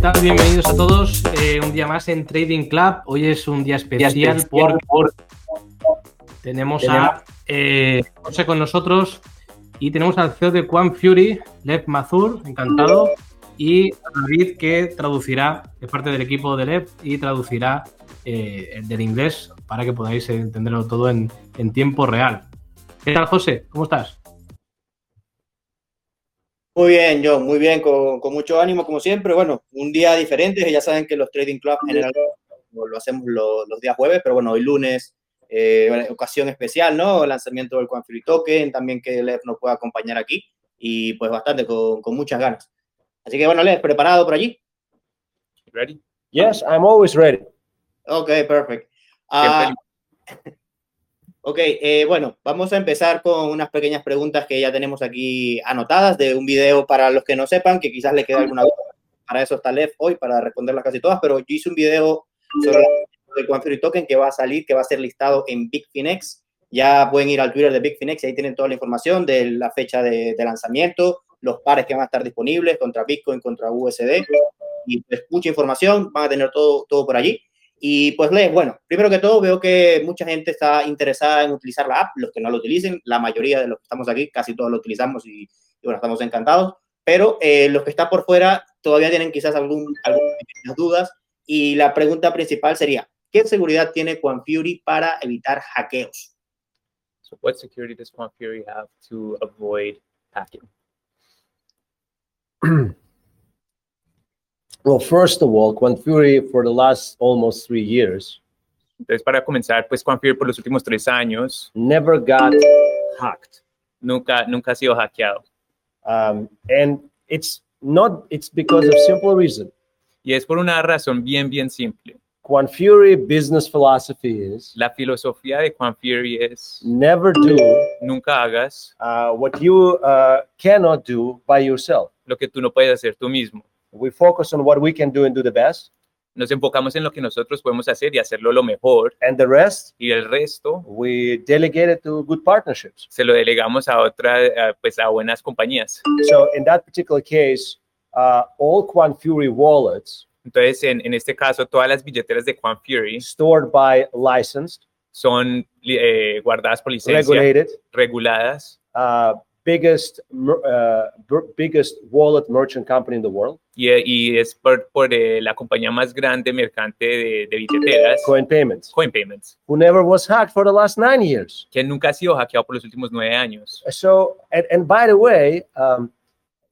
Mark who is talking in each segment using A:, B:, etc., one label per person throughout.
A: tal? Bienvenidos a todos. Eh, un día más en Trading Club. Hoy es un día especial, porque tenemos, a eh, José con nosotros y tenemos al CEO de Quan Fury, Lev Mazur, encantado, y a David que traducirá, es parte del equipo de Lev y traducirá eh, del inglés para que podáis entenderlo todo en, en tiempo real. ¿Qué tal, José? ¿Cómo estás?
B: Muy bien, yo, muy bien, con, con, mucho ánimo como siempre. Bueno, un día diferente, ya saben que los Trading Club en general lo hacemos los, los días jueves, pero bueno, hoy lunes, eh, ocasión especial, ¿no? El lanzamiento del Free Token, también que Lev nos pueda acompañar aquí y pues bastante, con, con muchas ganas. Así que bueno, Lev, ¿preparado por allí?
C: Ready? Yes, I'm always ready.
B: Ok, perfect. Uh, Ok, eh, bueno, vamos a empezar con unas pequeñas preguntas que ya tenemos aquí anotadas de un video para los que no sepan, que quizás le queda alguna duda. Para eso está Lev hoy, para responderlas casi todas, pero yo hice un video sobre el Quantum Token que va a salir, que va a ser listado en Bitfinex. Ya pueden ir al Twitter de Bitfinex y ahí tienen toda la información de la fecha de, de lanzamiento, los pares que van a estar disponibles contra Bitcoin, contra USD. Y pues, mucha información, van a tener todo, todo por allí. Y pues les, bueno, primero que todo veo que mucha gente está interesada en utilizar la app, los que no la utilicen, la mayoría de los que estamos aquí, casi todos lo utilizamos y, y bueno, estamos encantados, pero eh, los que están por fuera todavía tienen quizás algún, algunas dudas y la pregunta principal sería, ¿qué seguridad tiene Quanfury para evitar hackeos?
D: So what security does Quanfury have to avoid hacking?
C: Well, first of all, Quanfury for the last almost three years
D: Entonces, para comenzar, pues Quanfury por los últimos tres años
C: never got hacked,
D: nunca, nunca ha sido hackeado.
C: um, and it's not. It's because of simple reason.
D: Y es por una razón bien, bien simple.
C: Quanfury business philosophy is
D: La filosofía de Quanfury es
C: never do
D: nunca hagas
C: uh, what you uh, cannot do by yourself.
D: lo que tú no puedes hacer tú mismo.
C: We focus on what we can do and do the best,
D: Nos enfocamos en lo que nosotros podemos hacer y hacerlo lo mejor
C: and the rest
D: y el resto
C: we delegate it to good partnerships.
D: se lo delegamos a otra, eh, pues a buenas compañías.
C: So in that particular case, uh, all Quanfury wallets
D: Entonces, en, en este caso, todas las billeteras de Quanfury
C: stored by licensed,
D: son li- eh, guardadas por licencia,
C: regulated,
D: reguladas,
C: uh, biggest mer- uh, b- biggest wallet merchant company in the world,
D: y, eh, y es por, por, eh, la compañía más grande mercante de, de billeteras,
C: Coin Payments,
D: Coin Payments,
C: who never was hacked for the last nine years.
D: que nunca ha sido hackeado por los últimos nueve años.
C: So and, and by the way, um,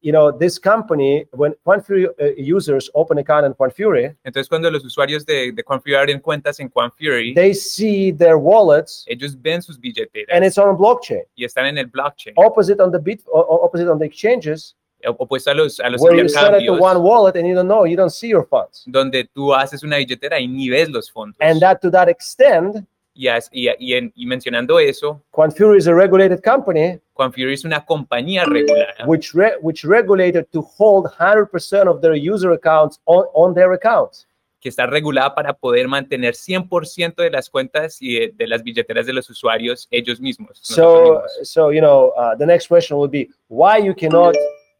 C: you know this company when Quanfury uh, users open account in Quanfury,
D: Entonces, cuando los usuarios de, de Quanfury abren cuentas en Quanfury,
C: they see their wallets
D: ellos ven sus billeteras
C: and Oh. it's on blockchain.
D: y están en el blockchain,
C: Opposite on the bit, o- o- opposite on the exchanges,
D: op- opuesto a los, a los
C: where you sell it to
D: intercambios,
C: one wallet and you don't know, you don't see your funds.
D: donde tú haces una billetera y ni ves los fondos.
C: And that to that extent,
D: y, as- y, y en- y mencionando eso,
C: Quanfury is a regulated company
D: Quanfury es una compañía regulada
C: which re- which regulated to hold 100% of their user accounts on, on their accounts.
D: que está regulada para poder mantener 100% de las cuentas y de, de las billeteras de los usuarios ellos mismos. nosotros
C: So
D: mismos.
C: so you know uh, the next question would be why you cannot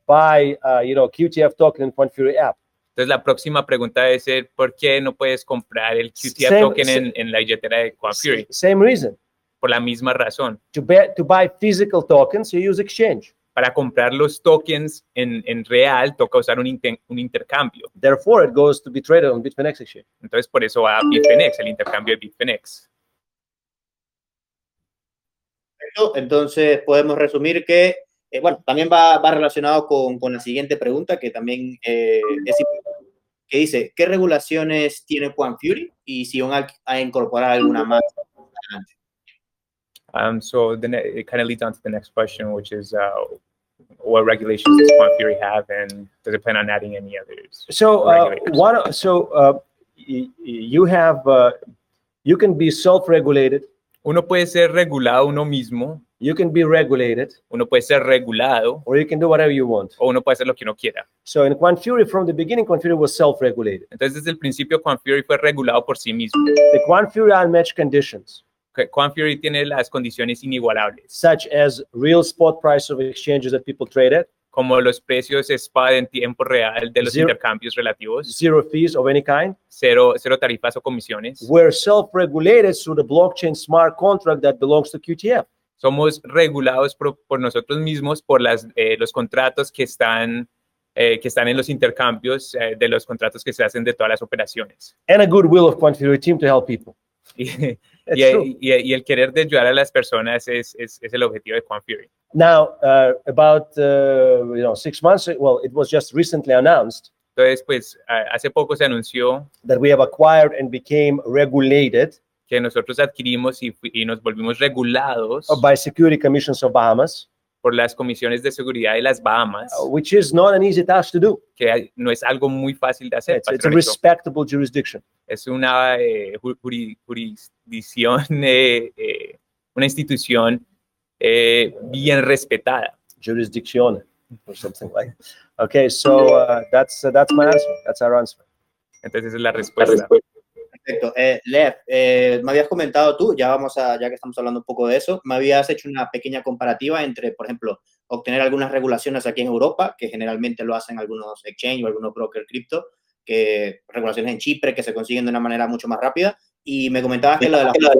C: buy uh, you know QTF token in Quanfury app.
D: Entonces la próxima pregunta debe ser, ¿por qué no puedes comprar el QTF
C: Same-
D: token en, en la billetera de Quanfury?
C: S- same reason.
D: Por la misma razón.
C: To buy to buy physical tokens, you use exchange.
D: Para comprar los tokens en, en real toca usar un, inten- un intercambio.
C: Therefore, it goes to be traded on Bitfinex exchange.
D: Entonces por eso va a Bitfinex, el intercambio de Bitfinex.
B: Perfecto. Entonces podemos resumir que, eh, bueno, también va, va relacionado con, con la siguiente pregunta que también eh, es importante, que dice, ¿qué regulaciones tiene Juan Fury y si van a, a incorporar alguna más?
D: Um, so the ne- it kind of leads on to the next question, which is uh, what regulations does Quanfury have, and does it plan on adding any others?
C: So uh,
D: Regulators.
C: one o- so uh, y- y- you have uh, you can be self-regulated,
D: Uno puede ser regulado uno mismo,
C: you can be regulated,
D: uno puede ser regulado
C: or you can do whatever you want.
D: o uno puede hacer lo que uno quiera.
C: So in Quanfury, from the beginning, Quanfury was self-regulated.
D: Entonces, desde el principio, Quanfury fue regulado por sí mismo.
C: The Quanfury unmatched conditions,
D: Qu- Quanfury tiene las condiciones inigualables,
C: such as real spot price of exchanges that people trade at,
D: como los precios SPA en tiempo real de los
C: Zero-
D: intercambios relativos,
C: zero fees of any kind.
D: cero, cero tarifas o comisiones.
C: We're self-regulated through the blockchain smart contract that belongs to QTF.
D: Somos regulados por, por nosotros mismos por las, eh, los contratos que están, eh, que están en los intercambios eh, de los contratos que se hacen de todas las operaciones.
C: And a goodwill of Quantifury team to help people.
D: Y,
C: That's
D: y-
C: true.
D: y- y el querer de ayudar a las personas es, es, es el objetivo de Quan Fury.
C: Now, uh, about uh, you know six months, well, it was just recently announced
D: Entonces, pues a- hace poco se anunció
C: that we have acquired and became regulated
D: que nosotros adquirimos y, fu- y nos volvimos regulados
C: by Security Commissions of Bahamas,
D: por las comisiones de seguridad de las Bahamas,
C: uh, which is not an easy task to do.
D: que hay- no es algo muy fácil de hacer.
C: It's, it's a
D: Patrón. Eso
C: respectable jurisdiction.
D: Es una eh, ju- juri- jurisdicción, eh, eh, una institución eh, bien respetada.
C: Jurisdiction or something like that. Okay, so uh, that's uh, that's my answer. That's our answer.
D: Entonces esa es la respuesta.
B: Perfecto. Eh, Lev, eh, me habías comentado tú, ya vamos a, ya que estamos hablando un poco de eso, me habías hecho una pequeña comparativa entre, por ejemplo, obtener algunas regulaciones aquí en Europa, que generalmente lo hacen algunos exchange o algunos broker cripto, que regulaciones en Chipre que se consiguen de una manera mucho más rápida, y me comentabas que lo de la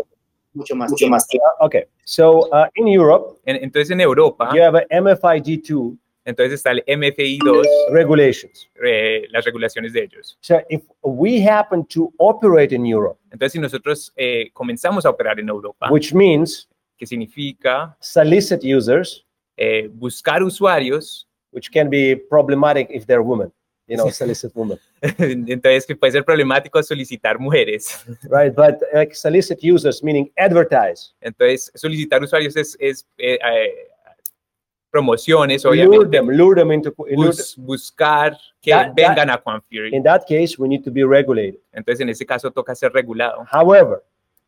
B: mucho más tiempo.
C: Uh, okay, so uh, in Europe,
D: En- entonces en Europa,
C: you have a MFID two
D: entonces está el MFI2,
C: regulations.
D: eh, las regulaciones de ellos.
C: So if we happen to operate in Europe,
D: Entonces si nosotros eh, comenzamos a operar en Europa,
C: which means
D: que significa
C: solicit users,
D: eh, buscar usuarios,
C: which can be problematic if they're women, you know, solicit women,
D: entonces que puede ser problemático solicitar mujeres.
C: right? But like solicit users meaning advertise,
D: Entonces, solicitar usuarios es, es, eh, eh, promociones,
C: lure
D: obviamente.
C: them, lure them into. Lure them.
D: bus- buscar que
C: Ya- ya.
D: vengan a Quan Fury.
C: In that case, we need to be regulated.
D: Entonces, en ese caso toca ser regulado.
C: However,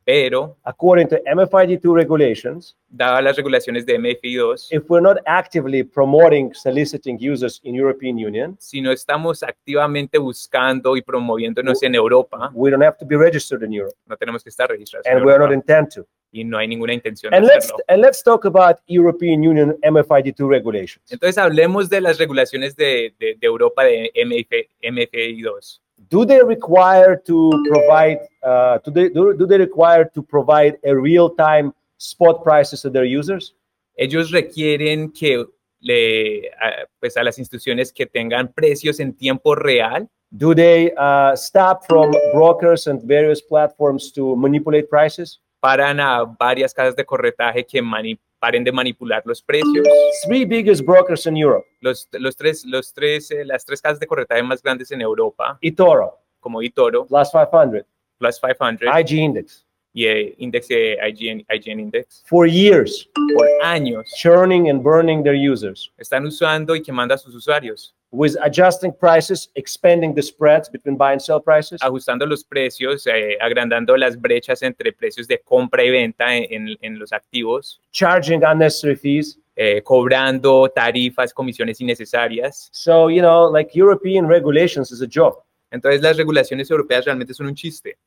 D: Pero,
C: according to MFID2 regulations,
D: dadas las regulaciones de MFI2,
C: if we're not actively promoting soliciting users in European Union,
D: si no estamos activamente buscando y promoviéndonos
C: Uh.
D: en Europa,
C: we don't have to be registered in Europe,
D: no tenemos que estar registrados. en
C: and we're not
D: Europa,
C: intent to.
D: y no hay ninguna intención de
C: And let's
D: hacerlo.
C: and let's talk about European Union MFID2 regulations.
D: Entonces, hablemos de las regulations de, de- de Europa de MF, MFI2.
C: do they require to provide uh, do, they, do, do they require to provide a real-time spot prices to their users
D: ellos requieren que le, a, pues a las instituciones que tengan precios en tiempo real,
C: do they uh, stop from brokers and various platforms to manipulate prices
D: paran a varias casas de corretaje que mani- paren de manipular los precios.
C: three biggest brokers in europe
D: Los, los tres, los tres, eh, las tres casas de corretaje más grandes en Europa,
C: etoro
D: como eToro,
C: plus 500
D: Plus 500
C: ig index
D: y eh, Index eh, IGN, IGN Index,
C: for years
D: por años
C: churning and burning their users
D: están usando y quemando a sus usuarios,
C: with adjusting prices expanding the spreads between buy and sell prices
D: ajustando los precios, eh, agrandando las brechas entre precios de compra y venta en- en- en los activos.
C: charging unnecessary fees
D: eh, cobrando tarifas, comisiones innecesarias.
C: so you know like european regulations is a joke
D: Entonces las regulaciones europeas realmente son un chiste.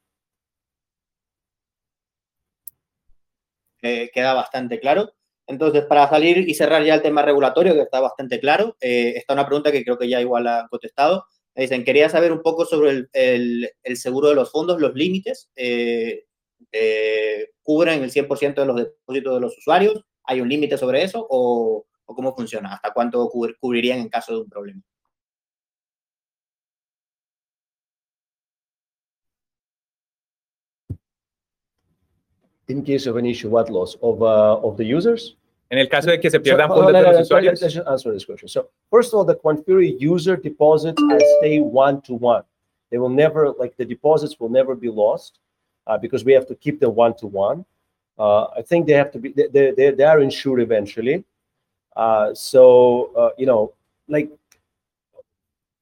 B: eh, queda bastante claro. Entonces, para salir y cerrar ya el tema regulatorio, que está bastante claro, eh, está una pregunta que creo que ya igual han contestado. Me dicen, quería saber un poco sobre el, el- el seguro de los fondos, los límites. eh, eh, ¿Cubren el 100% de los depósitos de los usuarios? ¿Hay un límite sobre eso? ¿O, o cómo funciona? ¿Hasta cuánto cubri- cubrirían en caso de un problema?
C: in case of an issue, what loss of uh, of the users?
D: En el caso de que se
C: So-
D: pierdan
C: oh,
D: fondos
C: no, no,
D: de
C: no,
D: los
C: sorry,
D: usuarios,
C: let's just answer this question. So first of all, the Quanfury user deposits are stay one to one. They will never like the deposits will never be lost uh, because we have to keep them one to one. Uh, I think they have to be they they, they, they are insured eventually. Uh, so uh, you know like.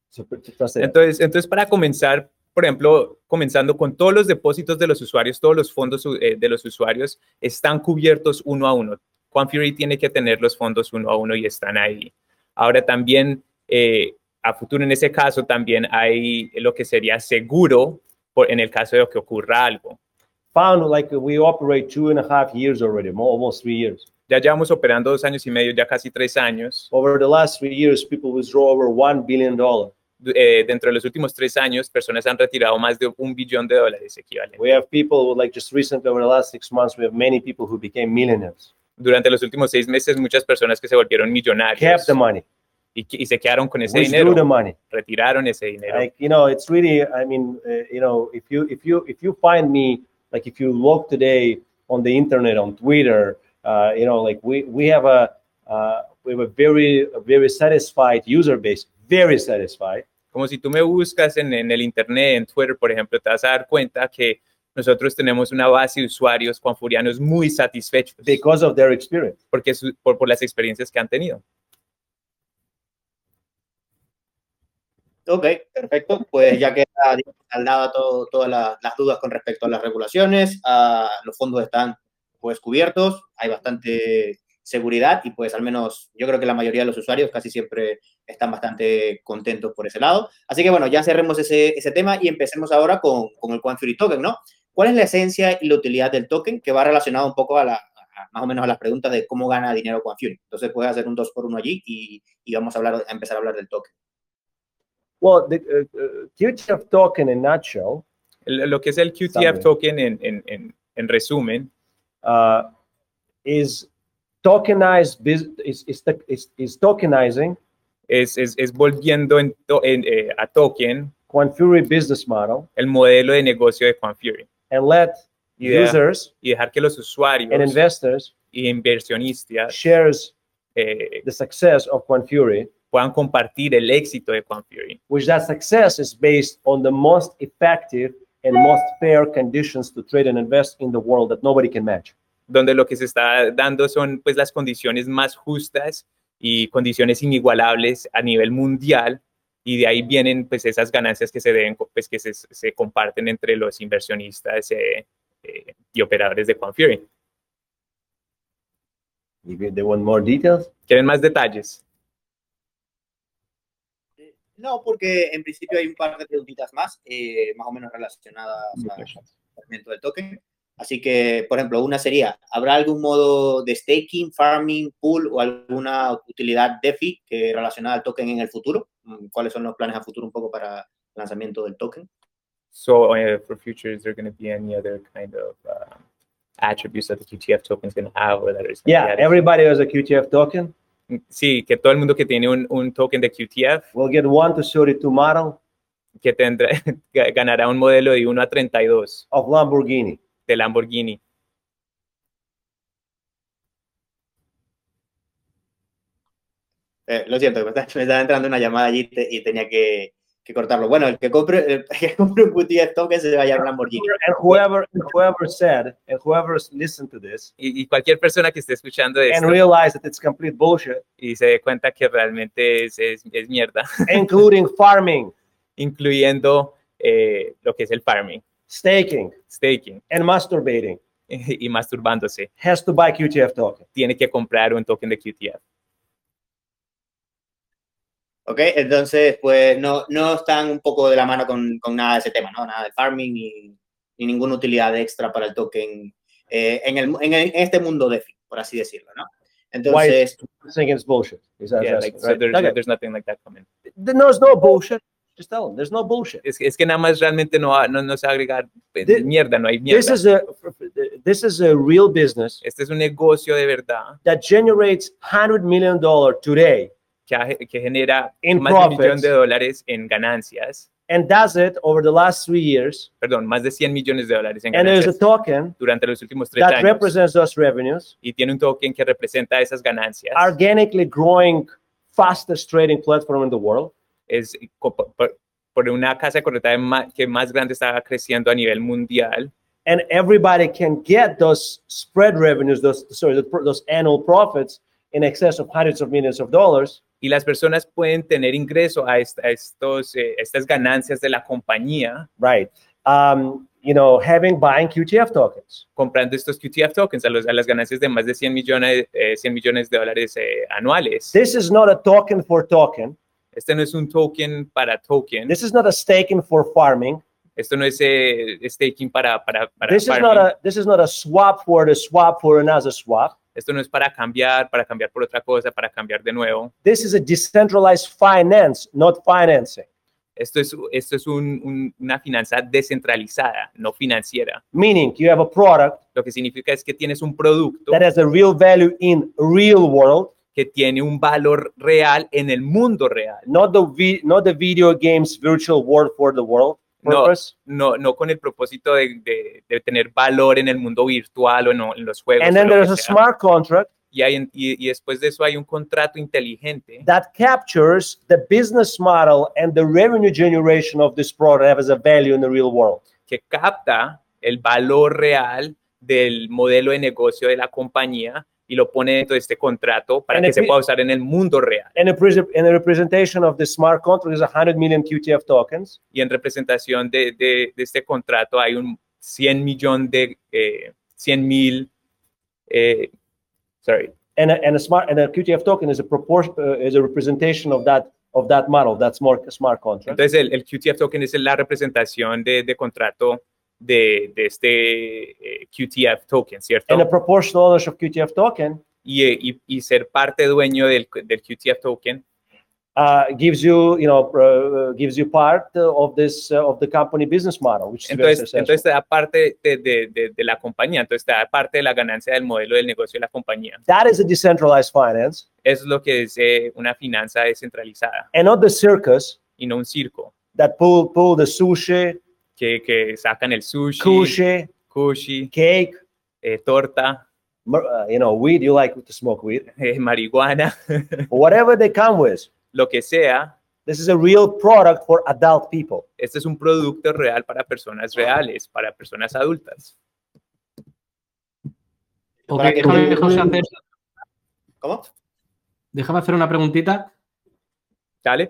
C: So, to translate that.
D: entonces, entonces para comenzar, por ejemplo, comenzando con todos los depósitos de los usuarios, todos los fondos eh, de los usuarios están cubiertos uno a uno. Juan Fury tiene que tener los fondos uno a uno y están ahí. Ahora también, eh, a futuro en ese caso, también hay lo que sería seguro por, en el caso de que ocurra algo.
C: found like we operate two and a half years already, more, almost three years.
D: Ya llevamos operando dos años y medio, ya casi tres años.
C: Over the last three years, people withdraw over $1 billion.
D: Eh, dentro de los últimos tres años, personas han retirado más de un billón de dólares equivalente.
C: We have people, who, like just recently, over the last six months, we have many people who became millionaires.
D: Durante los últimos seis meses, muchas personas que se volvieron millonarios
C: Kept the money,
D: y, que- y se quedaron con ese
C: withdrew the
D: dinero,
C: money.
D: retiraron ese dinero.
C: Like, you know, it's really, I mean, uh, you know, if you, if you, if you find me, like if you look today on the internet, on Twitter, uh, you know, like we, we have a, uh, we have a very, a very satisfied user base, very satisfied.
D: Como si tú me buscas en, en el Internet, en Twitter, por ejemplo, te vas a dar cuenta que nosotros tenemos una base de usuarios juanfurianos muy satisfechos
C: because of their experience.
D: porque su- por, por las experiencias que han tenido.
B: Ok, perfecto. Pues ya queda digamos, saldada todo- todas la- las dudas con respecto a las regulaciones. a- los fondos están pues cubiertos, hay bastante seguridad y pues al menos yo creo que la mayoría de los usuarios casi siempre están bastante contentos por ese lado. Así que bueno, ya cerremos ese, ese tema y empecemos ahora con, con el Quant Fury Token, ¿no? ¿Cuál es la esencia y la utilidad del token que va relacionado un poco a la a- más o menos a las preguntas de cómo gana dinero Quant Fury? Entonces puedes hacer un 2 por 1 allí y, y vamos a, hablar, a empezar a hablar del token.
C: Well, the uh, uh, QTF token in nutshell,
D: El- Lo que es el QTF
C: Está bien.
D: token en, en- en- en resumen
C: uh, is tokenized bus- is, is, tech- is, is tokenizing
D: es, es- es volviendo en to- en, eh, a token
C: Quanfuri business model
D: el modelo de negocio de Quanfury
C: and let
D: y, de-
C: users
D: y dejar que los
C: and
D: usuarios
C: investors
D: y inversionistas
C: shares
D: eh,
C: the success of Quanfuri,
D: puedan compartir el éxito de Quanfury.
C: which that success is based on the most effective and most fair conditions to trade and invest in the world that nobody can match.
D: donde lo que se está dando son pues las condiciones más justas y condiciones inigualables a nivel mundial y de ahí vienen pues esas ganancias que se deben co- pues que se, se comparten entre los inversionistas eh, eh, y operadores de Quanfury.
C: If they want more details,
D: ¿Quieren más detalles?
B: No, porque en principio hay un par de preguntitas más, eh, más o menos relacionadas al movimiento del token. Así que, por ejemplo, una sería, ¿habrá algún modo de staking, farming, pool o alguna utilidad DeFi que relacionada al token en el futuro? Mm, ¿Cuáles son los planes a futuro un poco para el lanzamiento del token?
D: So eh, for future is there going to be any other kind of uh, attributes that the QTF token is going to have or that is
C: yeah, everybody has a QTF token.
D: sí, que todo el mundo que tiene un, un token de QTF
C: We'll get one to 32 model
D: que tendrá ganará un modelo de 1 a 32
C: of Lamborghini.
D: de Lamborghini.
B: Eh, lo siento, me está- me estaba, entrando una llamada allí te- y tenía que, que cortarlo. Bueno, el que compre, el que compre un QTF token se va a llevar un Lamborghini.
C: And whoever and whoever said and whoever listened to this
D: Y, y cualquier persona que esté escuchando esto
C: and realized that it's complete bullshit,
D: y se dé cuenta que realmente es, es, es mierda,
C: including farming,
D: incluyendo eh, lo que es el farming,
C: staking,
D: staking
C: and masturbating,
D: y masturbándose,
C: has to buy QTF token.
D: tiene que comprar un token de QTF.
B: Ok, entonces, pues no, no están un poco de la mano con, con nada de ese tema, ¿no? Nada de farming ni, ni ninguna utilidad extra para el token eh, en, el, en, el- en este mundo DeFi, por así decirlo, ¿no? Entonces,
C: I think it's bullshit. Is that-
D: Yeah,
C: that's-
D: like, so
C: right?
D: there's,
C: Okay.
D: there's nothing like that coming.
C: There- There's no bullshit. Just tell them there's no bullshit.
D: Es, es que nada más realmente no, va- no, no se va a agregar eh,
C: Thi-
D: mierda, no hay
C: This
D: mierda.
C: is a this is a real business
D: Este es un negocio de verdad
C: that generates hundred million dollar today
D: que, ha- que genera
C: In
D: más de un millón
C: profits.
D: de dólares en ganancias,
C: and does it over the last three years.
D: perdón, más de 100 millones de dólares en
C: And there's a
D: ganancias
C: token
D: durante los últimos tres
C: that
D: años.
C: represents those revenues,
D: y tiene un token que representa esas ganancias.
C: organically growing fastest trading platform in the world.
D: Es co- por, por una casa de correta de ma- que más grande está creciendo a nivel mundial
C: And everybody can get those spread revenues, those sorry, the, pro- those annual profits in excess of hundreds of millions of dollars
D: y las personas pueden tener ingreso a, est- a estos, eh, estas ganancias de la compañía
C: right um you know having buying qtf tokens
D: comprando estos QTF tokens a, los- a las ganancias de más de 100 millones, eh, 100 millones de dólares eh, anuales.
C: this is not a token for token
D: Este no es un token para token.
C: this is not a staking for farming
D: Esto no es eh, staking para, para, para
C: this is
D: farming.
C: not a this is not a swap for the swap for another swap
D: Esto no es para cambiar, para cambiar por otra cosa, para cambiar de nuevo.
C: This is a decentralized finance, not financing.
D: Esto es, esto es un- un- una finanza descentralizada, no financiera.
C: Meaning you have a product
D: Lo que significa es que tienes un producto
C: that has a real value in real world,
D: que tiene un valor real en el mundo real.
C: not the vi- not the video games virtual world for the world
D: No.
C: purpose.
D: No, no con el propósito de, de- de tener valor en el mundo virtual o en, en los juegos.
C: And
D: o
C: then
D: lo
C: there's
D: que
C: a
D: sea.
C: smart contract
D: y, hay en- y- y después de eso hay un contrato inteligente
C: that captures the business model and the revenue generation of this product as a value in the real world.
D: que capta el valor real del modelo de negocio de la compañía y lo pone dentro de este contrato para
C: En
D: que
C: el
D: se
C: pri-
D: pueda usar en el mundo real.
C: And a, pres- and a representation of the smart contract is 100 million QTF tokens.
D: Y en representación de, de- de este contrato hay un 100 millón de, eh, 100 mil, eh, sorry,
C: And a, and a smart and a QTF token is a proportion uh, is a representation of that of that model. That's smart smart contract.
D: Entonces, el, el QTF token es la representación de, de contrato de, de este eh, QTF token,
C: And a
D: ¿cierto?
C: proportional ownership of QTF token
D: Y, eh, y- y ser parte dueño del, del QTF token
C: uh, gives you you know uh, gives you part uh, of this uh, of the company business model, which is very
D: Entonces,
C: successful.
D: entonces te da parte de, de- de- de la compañía, entonces te da parte de la ganancia del modelo del negocio de la compañía.
C: that is a decentralized finance
D: Es lo que es eh, una finanza descentralizada
C: and not the circus
D: y no un circo
C: that pull pull the sushi,
D: que, que sacan el sushi,
C: kushi,
D: kushi,
C: cake,
D: eh, torta,
C: mar- uh, you know, weed. You like to smoke weed,
D: eh, marihuana,
C: whatever they come with.
D: lo que sea.
C: This is a real product for adult people.
D: Este es un producto real para personas reales, para personas adultas.
A: Ok,
B: Para que-
A: déjame, déjame hacer,
B: ¿Cómo?
A: déjame hacer una preguntita,
D: ¿Dale?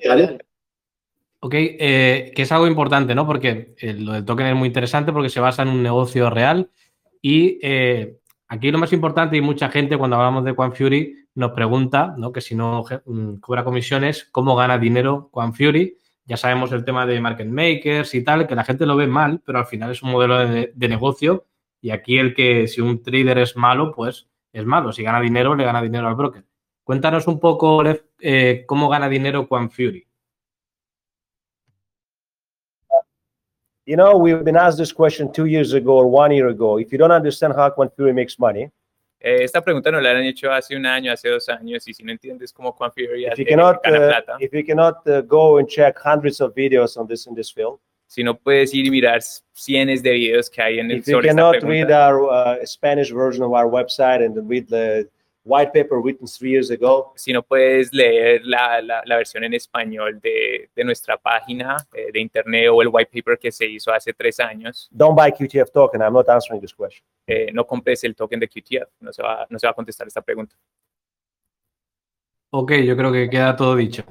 A: ok, eh, que es algo importante, ¿no? Porque eh, lo del token es muy interesante porque se basa en un negocio real y eh, aquí lo más importante y mucha gente cuando hablamos de Quan Fury nos pregunta, ¿no? Que si no je- mm, cobra comisiones, ¿cómo gana dinero Quan Fury? Ya sabemos el tema de market makers y tal, que la gente lo ve mal, pero al final es un modelo de, de negocio y aquí el que si un trader es malo, pues es malo. Si gana dinero, le gana dinero al broker. Cuéntanos un poco, Lev, eh, cómo gana dinero Quan Fury.
C: You know, we've been asked this question two years ago or one year ago. If you don't understand how Quanfury makes money,
D: Eh, esta pregunta nos la han hecho hace un año, hace dos años, y si no entiendes cómo Quan Fury
C: if
D: hace-
C: you cannot,
D: gana
C: uh,
D: plata,
C: if you cannot uh, go and check hundreds of videos on this in this field,
D: si no puedes ir y mirar cientos de videos que hay en el
C: if you
D: sobre esta
C: cannot read
D: pregunta,
C: our uh, Spanish version of our website and read the white paper written three years ago,
D: si no puedes leer la, la- la versión en español de, de nuestra página eh, de internet o el white paper que se hizo hace tres años,
C: don't buy QTF token. I'm not answering this question.
D: eh, no compres el token de QTF, no se, va, no se va a contestar esta pregunta.
A: Ok, yo creo que queda todo dicho.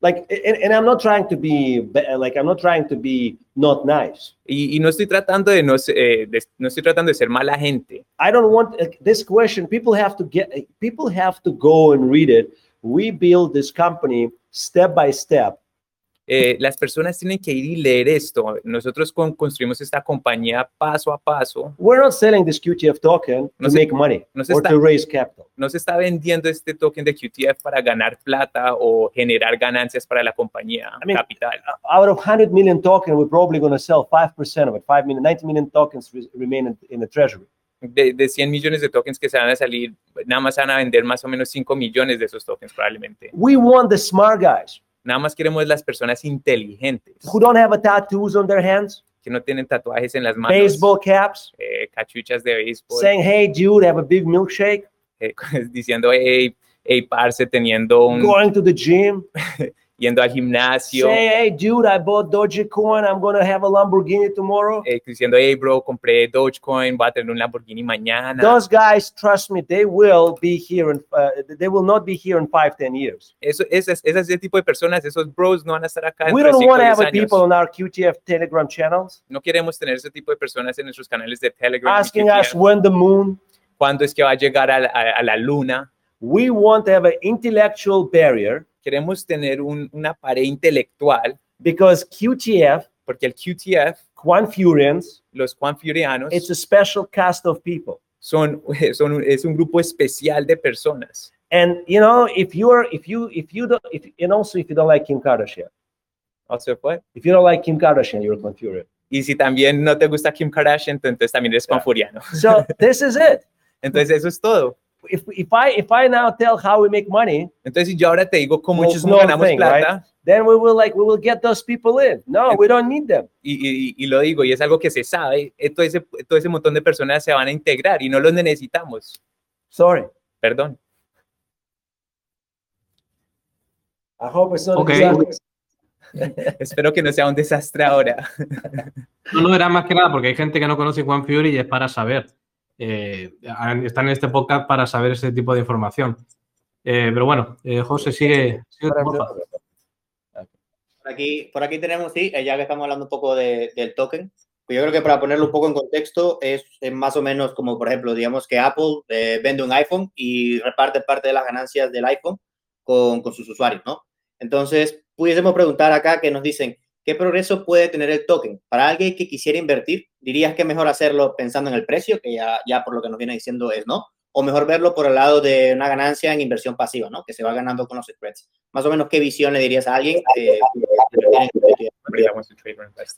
C: Like, and, and I'm not trying to be ba- like I'm not trying to be not nice.
D: Y, y no estoy tratando de no, se- eh, de- no estoy tratando de ser mala gente,
C: I don't want uh, this question. People have to get. uh, People have to go and read it. We build this company step by step.
D: eh, las personas tienen que ir y leer esto. Nosotros con- construimos esta compañía paso a paso.
C: We're not selling this QTF token
D: No
C: to
D: se-
C: make money
D: no se
C: or
D: está-
C: to raise capital.
D: No se está vendiendo este token de QTF para ganar plata o generar ganancias para la compañía
C: I mean, uh,
D: capital.
C: Out of 100 million token, we're probably going to sell 5% of it. 5 million, 90 million tokens re- remain in, in the treasury.
D: De, de 100 millones de tokens que se van a salir, nada más van a vender más o menos 5 millones de esos tokens probablemente.
C: We want the smart guys
D: Nada más queremos las personas inteligentes
C: who don't have a tattoos on their hands,
D: que no tienen tatuajes en las manos,
C: baseball caps,
D: eh, cachuchas de béisbol,
C: saying, "Hey, dude, have a big milkshake."
D: eh, diciendo, hey, hey, parce, teniendo un,
C: Going to the gym.
D: yendo al gimnasio.
C: Say, "Hey, dude, I bought Dogecoin. I'm going to have a Lamborghini tomorrow."
D: eh, diciendo, hey, bro, compré Dogecoin, voy a tener un Lamborghini mañana.
C: those guys trust me they will be here in uh, they will not be here in five ten years
D: Eso, esas, esas, ese tipo de personas, esos bros, no van a estar acá
C: we
D: dentro de
C: don't
D: cinco o
C: want to have
D: diez
C: a people
D: años.
C: on our qtf telegram channels
D: No queremos tener ese tipo de personas en nuestros canales de Telegram. y
C: asking
D: QTF.
C: us when the moon
D: ¿Cuándo es que va a llegar a la, a- a la luna?
C: we want to have an intellectual barrier
D: Queremos tener un- una pared intelectual,
C: because qtf
D: porque el QTF,
C: quanfurians
D: los Juan Fiorianos,
C: it's a special cast of people
D: son, son es un grupo especial de personas.
C: And you know, if you are, if you, if you don't, if, and also if you don't like Kim Kardashian,
D: Also, pues,
C: if you don't like Kim Kardashian, you're a Confucian.
D: Y si también no te gusta Kim Kardashian, ent- entonces también eres panfuriano.
C: So this is it.
D: Entonces eso es todo.
C: If if I if I now tell how we make money,
D: Entonces si yo ahora te digo cómo,
C: Which is
D: cómo
C: no
D: ganamos
C: thing,
D: plata
C: then we will like we will get those people in. No, we don't need them.
D: y, y- y lo digo y es algo que se sabe, eh, todo ese, todo ese montón de personas se van a integrar y no los necesitamos.
C: Sorry.
D: Perdón.
C: I hope it's not.
A: Okay.
C: exactly-
D: Espero que no sea un desastre ahora.
A: No, no, era más que nada porque hay gente que no conoce Juan Fury y es para saber. Eh, han- están en este podcast para saber ese tipo de información. Eh, pero bueno, eh, José, sigue. sigue tu porfa.
B: Por aquí, por aquí tenemos, sí, eh, ya que estamos hablando un poco de- del token, pues yo creo que para ponerlo un poco en contexto, es, eh, más o menos como, por ejemplo, digamos que Apple eh, vende un iPhone y reparte parte de las ganancias del iPhone con, con sus usuarios, ¿no? Entonces, pudiésemos preguntar acá que nos dicen, ¿qué progreso puede tener el token? Para alguien que quisiera invertir, ¿dirías que es mejor hacerlo pensando en el precio, que ya, ya por lo que nos viene diciendo es no? O mejor verlo por el lado de una ganancia en inversión pasiva, ¿no? Que se va ganando con los spreads. Más o menos, ¿qué visión le dirías a alguien? eh,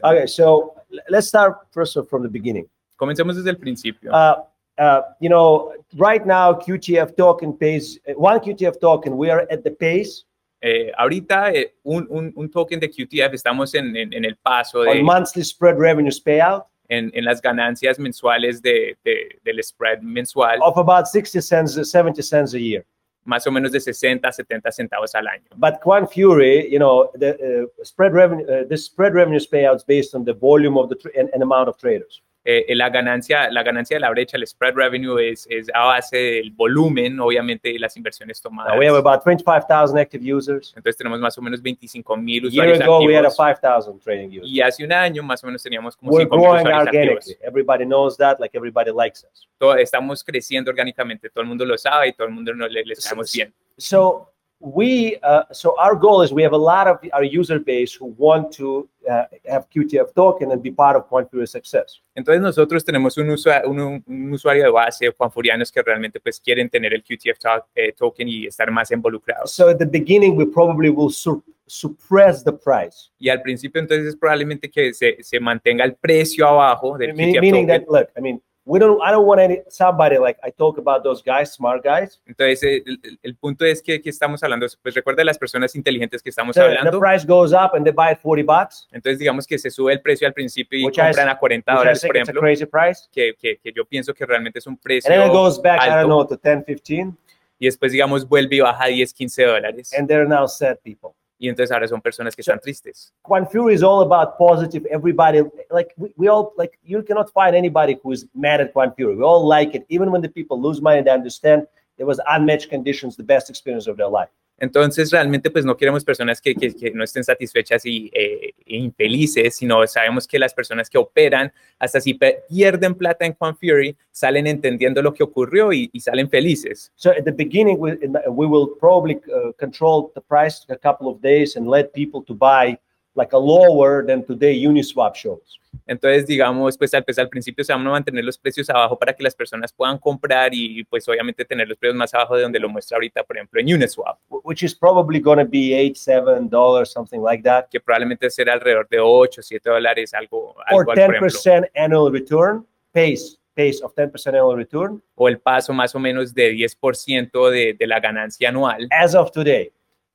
C: Okay, so l- let's start first of- from the beginning.
D: Comencemos desde el principio.
C: Uh, uh, you know, right now QTF token pays uh, one QTF token. We are at the pace
D: Eh, ahorita eh, un, un- un token de QTF, estamos en, en- en el paso de,
C: on monthly spread revenues payout
D: en, en las ganancias mensuales de- de- del spread mensual,
C: of about 60 cents, uh, 70 cents a year.
D: más o menos de 60, 70 centavos al año.
C: But Quan Fury, you know, the uh, spread revenue, uh, the spread revenues payouts based on the volume of the tr and, and amount of traders.
D: Eh, eh, la, ganancia, la ganancia de la brecha, el spread revenue, es, es a base del volumen, obviamente, de las inversiones tomadas.
C: Now we have about 25,000 active users.
D: Entonces tenemos más o menos 25 mil
C: A year
D: usuarios
C: ago, we had a
D: activos.
C: 5,000 trading users.
D: Y hace un año más o menos teníamos como
C: We're
D: 5 mil
C: growing
D: usuarios
C: organically.
D: activos.
C: Everybody knows that. Like everybody likes us.
D: Todo- estamos creciendo orgánicamente, todo el mundo lo sabe y todo el mundo nos, le, le
C: Sí,
D: sabemos
C: sí.
D: bien.
C: so we uh, so our goal is we have a lot of our user base who want to uh, have qtf token and be part of quantfury success
D: Entonces nosotros tenemos un, usua- un- un usuario de base, Juan Furianos, que realmente pues quieren tener el QTF to- eh, token y estar más involucrados.
C: so at the beginning we probably will su- suppress the price
D: Y al principio entonces es probablemente que se, se mantenga el precio abajo del
C: Meaning-
D: QTF
C: meaning
D: token.
C: that look i mean we don't i don't want any somebody like i talk about those guys smart guys
D: Entonces eh, el, el- el punto es que, que estamos hablando, pues recuerda las personas inteligentes que estamos
C: the, the
D: hablando.
C: price goes up and they buy at 40 bucks
D: Entonces digamos que se sube el precio al principio y
C: Which I-
D: compran a 40
C: which i
D: dólares,
C: think
D: por
C: it's a
D: ejemplo.
C: crazy price
D: que, que- que yo pienso que realmente es un precio
C: and then it goes back i
D: alto.
C: don't know to 10 15
D: y después, digamos, vuelve y baja a 10, 15 dólares.
C: and they're now sad people
D: Y entonces ahora son personas que
C: So-
D: están tristes.
C: Quan Fury is all about positive. Everybody, like we, we all, like you cannot find anybody who is mad at Quan Fury. We all like it, even when the people lose money. They understand it was unmatched conditions, the best experience of their life.
D: Entonces, realmente, pues no queremos personas que, que- que no estén satisfechas y eh, e infelices, sino sabemos que las personas que operan, hasta si pe- pierden plata en Juan Fury, salen entendiendo lo que ocurrió y, y salen felices.
C: So at the beginning, we in the- we will probably uh, control the price a couple of days and let people to buy like a lower than today Uniswap shows.
D: Entonces, digamos, pues al, pues, al principio se van a mantener los precios abajo para que las personas puedan comprar y, pues obviamente tener los precios más abajo de donde lo muestra ahorita, por ejemplo, en Uniswap.
C: wh- Which is probably going to be eight, seven dollars, something like that,
D: que probablemente será alrededor de 8, 7 dólares, algo,
C: or
D: algo al- por
C: ten
D: ejemplo,
C: percent annual return pace pace of ten percent annual return
D: o el paso más o menos de 10% de, de la ganancia anual,
C: as of today.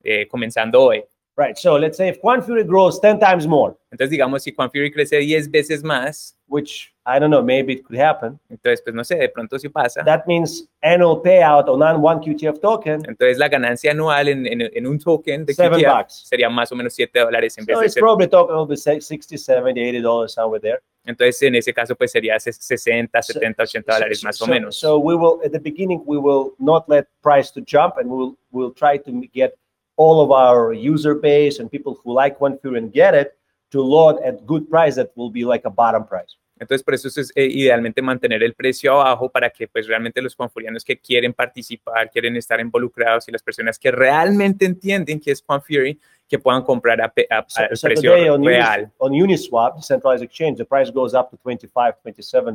D: eh, comenzando hoy.
C: Right. So let's say if Quan Fury grows 10 times more,
D: Entonces, digamos, si Quan Fury crece 10 veces más,
C: which I don't know, maybe it could happen,
D: entonces, pues no sé, de pronto sí pasa.
C: that means annual payout on non one QTF token.
D: Entonces, la ganancia anual en, en- en un token de
C: Seven
D: QTF
C: bucks.
D: sería más o menos 7 dólares en vez
C: So
D: de
C: it's
D: ser-
C: probably talking over say 60, 70, 80 dollars somewhere there.
D: Entonces, en ese caso, pues sería ses- 60,
C: So-
D: 70, 80
C: So-
D: dólares más
C: so,
D: o menos.
C: So we will at the beginning we will not let price to jump and we'll we'll try to get all of our user base and people who like Quan Fury and get it to load at good price that will be like a bottom price.
D: Entonces, por eso es eh, idealmente mantener el precio abajo para que pues realmente los panfurianos que quieren participar, quieren estar involucrados y las personas que realmente entienden que es Panfury, que puedan comprar a, a, a
C: So,
D: al
C: so
D: Ah, precio
C: today on,
D: real.
C: Unis- on Uniswap, decentralized exchange, the price goes up to 25 $27.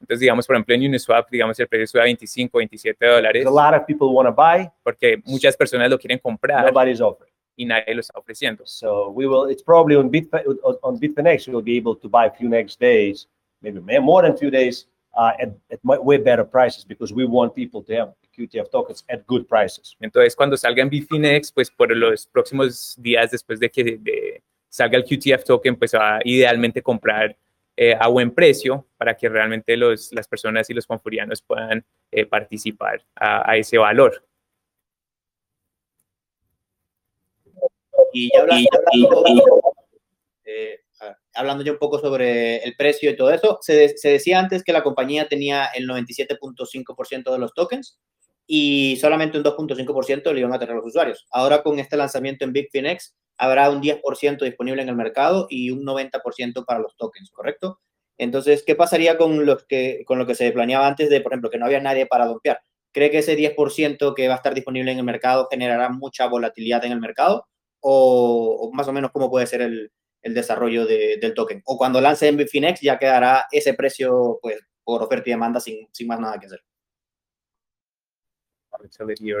D: Entonces, digamos, por ejemplo, en Uniswap, digamos, el precio está a 25, 27 dólares,
C: There's a lot of people want to buy,
D: porque muchas personas lo quieren comprar
C: nobody's offering.
D: y nadie lo está ofreciendo.
C: So we will, it's probably on, Bit, on on Bitfinex, you'll be able to buy a few next days, maybe ma- more than few days uh, at, at mu- way better prices because we want people to have QTF tokens at good prices.
D: Entonces, cuando salga en Bitfinex, pues por los próximos días después de que de- salga el QTF token, pues va a idealmente comprar eh, a buen precio para que realmente los, las personas y los panfurianos puedan eh, participar a, a ese valor.
B: Y ya hablando, eh, ah, hablando ya un poco sobre el precio y todo eso, se, de- se decía antes que la compañía tenía el 97.5% de los tokens y solamente un 2.5% le iban a tener los usuarios. Ahora con este lanzamiento en Bitfinex habrá un 10% disponible en el mercado y un 90% para los tokens, ¿correcto? Entonces, ¿qué pasaría con, los que, con lo que se planeaba antes de, por ejemplo, que no había nadie para dompear? ¿Cree que ese 10% que va a estar disponible en el mercado generará mucha volatilidad en el mercado? o, o más o menos cómo puede ser el, el desarrollo de- del token. O cuando lance en Bitfinex ya quedará ese precio pues, por oferta y demanda sin, sin más nada que hacer.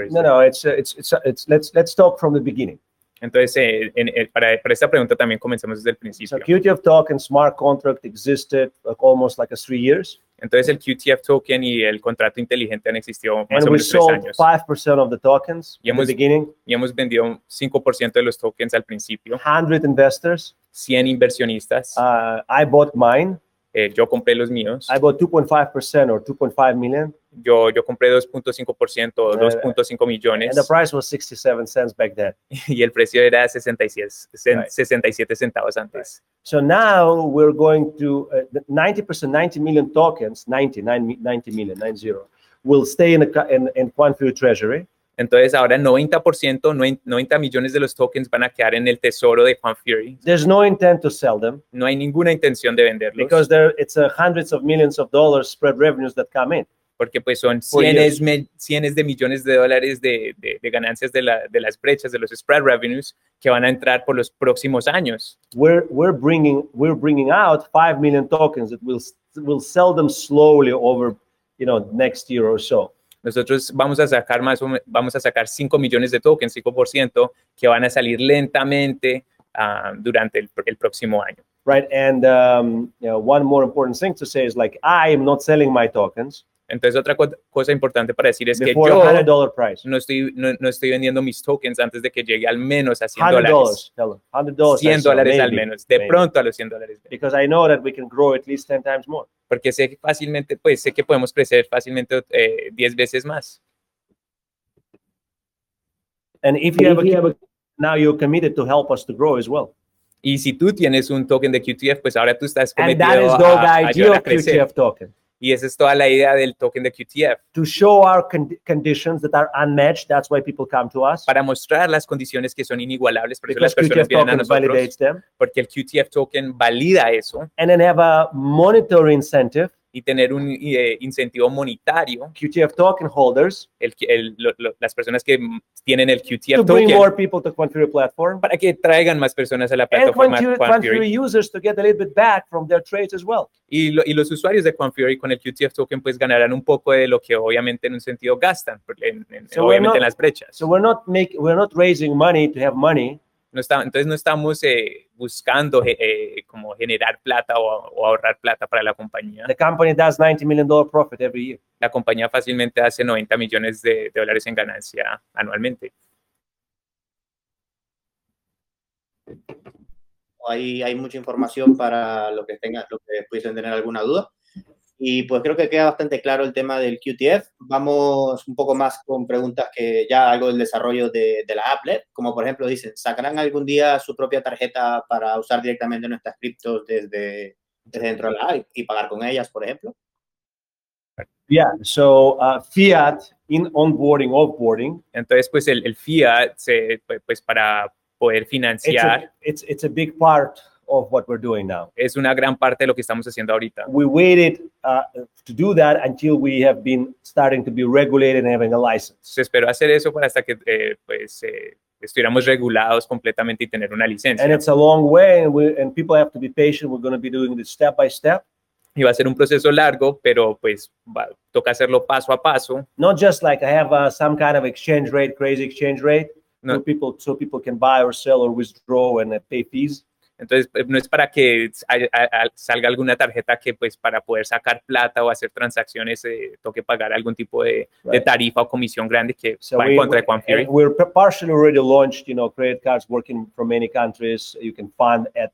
C: No, no, it's, uh, it's, it's, it's, let's, let's talk from the beginning.
D: Entonces, eh, en- en- para, para esta pregunta también comenzamos desde el principio.
C: So QTF token smart contract existed like almost like a three years.
D: Entonces, el QTF token y el contrato inteligente han existido más
C: and
D: o
C: we
D: menos tres
C: sold
D: años.
C: 5% of the tokens
D: Y
C: in the
D: hemos-
C: beginning,
D: Y hemos vendido un 5% de los tokens al principio,
C: 100 investors.
D: 100 inversionistas.
C: Uh, I bought mine.
D: eh, yo compré los míos.
C: I bought 2.5% or 2.5 million,
D: Yo, yo compré 2.5%, o
C: Eh,
D: 2.5
C: and the
D: millones
C: price was 67 cents back then.
D: y el precio era 66, sen-
C: Right.
D: 67 centavos antes.
C: So now we're going to uh, the 90%, 90 million tokens, 90, 90, 90 million, 90, will stay in, a, cu- in, in QuantView treasury.
D: Entonces ahora 90%, noven- 90 millones de los tokens van a quedar en el tesoro de Juan Fury.
C: There's no intent to sell them
D: No hay ninguna intención de venderlos
C: because there it's uh, hundreds of millions of dollars spread revenues that come in.
D: porque pues son
C: Por
D: cienes, me- cienes de millones de dólares de, de- de ganancias de, la- de las brechas, de los spread revenues que van a entrar por los próximos años.
C: We're we're bringing we're bringing out 5 million tokens that will s- will sell them slowly over you know next year or so.
D: Nosotros vamos a sacar más o me- vamos a sacar 5 millones de tokens, 5%, que van a salir lentamente ah, durante el, el próximo año.
C: right? And um, you know, one more important thing to say is like I am not selling my tokens
D: Entonces, otra co- cosa importante para decir es que
C: before a hundred
D: yo
C: dollar price.
D: no estoy, no, no estoy vendiendo mis tokens antes de que llegue al menos a 100
C: Hundred
D: dólares.
C: dollars, hello, hundred dollars,
D: 100 dólares al menos, de
C: maybe.
D: pronto a los 100 dólares.
C: because I know that we can grow at least ten times more.
D: Porque sé que fácilmente, pues sé que podemos crecer fácilmente eh, 10 veces más.
C: And if you have a, now you're committed to help us to grow as well.
D: Y si tú tienes un token de QTF, pues ahora tú estás
C: And that is
D: cometido
C: the
D: a, a
C: idea
D: ayudar a
C: of
D: crecer.
C: QTF token
D: Y esa es toda la idea del token de QTF.
C: to show our con- conditions that are unmatched. That's why people come to us
D: para mostrar las condiciones que son inigualables, por eso
C: because
D: las personas
C: QTF
D: vienen a
C: token
D: nosotros,
C: validates them,
D: porque el QTF token valida eso
C: and then have a monetary incentive.
D: y tener un eh, incentivo monetario,
C: QTF token holders
D: el, el- lo- lo- las personas que mm, tienen el
C: to
D: QTF
C: bring more
D: token,
C: people to Quantfury platform.
D: para que traigan más personas a la
C: and
D: plataforma
C: Quantu-
D: Quanfury.
C: Quantu users to get a little bit back from their trades as well.
D: Y, lo- y los usuarios de Quanfury con el QTF token pues ganarán un poco de lo que obviamente en un sentido gastan, por- en- en-
C: So we're
D: obviamente
C: not-
D: en las brechas.
C: So we're not make we're not raising money to have money.
D: no está, entonces no estamos eh, buscando eh, eh, como generar plata o, o ahorrar plata para la compañía.
C: The company does ninety million dollar profit every year.
D: la compañía fácilmente hace 90 millones de, de dólares en ganancia anualmente.
B: Ahí hay mucha información para los que tengan, los que pudiesen tener alguna duda. Y pues creo que queda bastante claro el tema del QTF. Vamos un poco más con preguntas que ya algo del desarrollo de, de la applet, como por ejemplo dicen, ¿sacarán algún día su propia tarjeta para usar directamente nuestras criptos desde, desde dentro de la app y pagar con ellas, por ejemplo?
C: Yeah. So uh, fiat in onboarding offboarding.
D: Entonces, pues el, el fiat, se, pues, pues, para poder
C: It's a,
D: financiar,
C: it's it's a big part of what we're doing now.
D: Es una gran parte de lo que estamos haciendo ahorita.
C: We waited uh, to do that until we have been starting to be regulated and having a license.
D: Se esperó hacer eso para hasta que eh, pues, eh, estuviéramos regulados completamente y tener una
C: And
D: licencia.
C: it's a long way, and, we, and people have to be patient. We're going to be doing this step by step,
D: Y va a ser un proceso largo, pero pues va- toca hacerlo paso a paso.
C: not just like I have uh, some kind of exchange rate, crazy exchange rate,
D: No.
C: so people so people can buy or sell or withdraw and uh, pay fees.
D: Entonces, eh, no es para que hay- a- a- salga alguna tarjeta que pues para poder sacar plata o hacer transacciones eh, toque pagar algún tipo de, de
C: Right.
D: tarifa o comisión grande que
C: So
D: va en
C: we-
D: contra de Quan Fury.
C: And we're pa- partially already launched, you know, credit cards working from many countries. You can fund at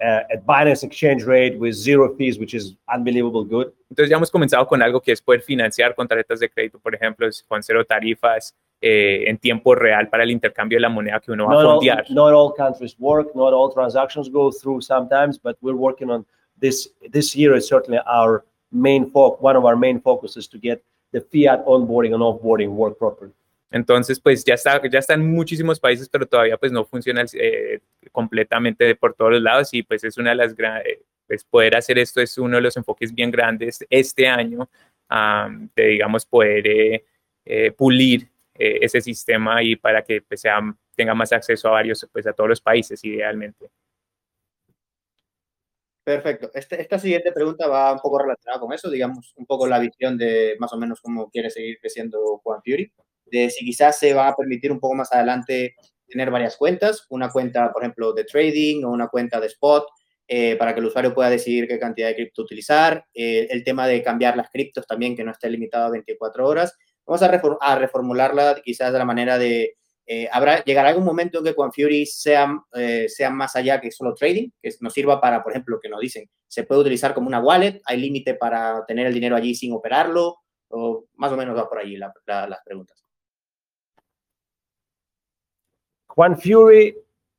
C: uh, at Binance exchange rate with zero fees, which is unbelievable good.
D: Entonces ya hemos comenzado con algo que es poder financiar con tarjetas de crédito, por ejemplo, es con cero tarifas eh, en tiempo real para el intercambio de la moneda que uno va a
C: not, all,
D: fondear.
C: not all countries work, not all transactions go through sometimes, but we're working on this. This year is certainly our main focus. One of our main focuses to get the fiat onboarding and offboarding work properly.
D: Entonces, pues ya está, ya está en muchísimos países, pero todavía pues no funciona eh, completamente por todos los lados y pues es una de las grandes, pues poder hacer esto es uno de los enfoques bien grandes este año, am, de digamos poder eh, eh, pulir eh, ese sistema y para que pues, sea, tenga más acceso a varios, pues a todos los países idealmente.
B: Perfecto. Este- esta siguiente pregunta va un poco relacionada con eso, digamos, un poco la visión de más o menos cómo quiere seguir creciendo Juan Fury, de si quizás se va a permitir un poco más adelante tener varias cuentas, una cuenta, por ejemplo, de trading o una cuenta de spot, eh, para que el usuario pueda decidir qué cantidad de cripto utilizar, eh, el tema de cambiar las criptos también, que no esté limitado a 24 horas. Vamos a, refor- a reformularla quizás de la manera de eh, habrá, llegará algún momento en que Quan Fury sea, eh, sea más allá que solo trading, que nos sirva para, por ejemplo, que nos dicen, se puede utilizar como una wallet, hay límite para tener el dinero allí sin operarlo, o más o menos va por allí la- la- las preguntas.
C: Quan Fury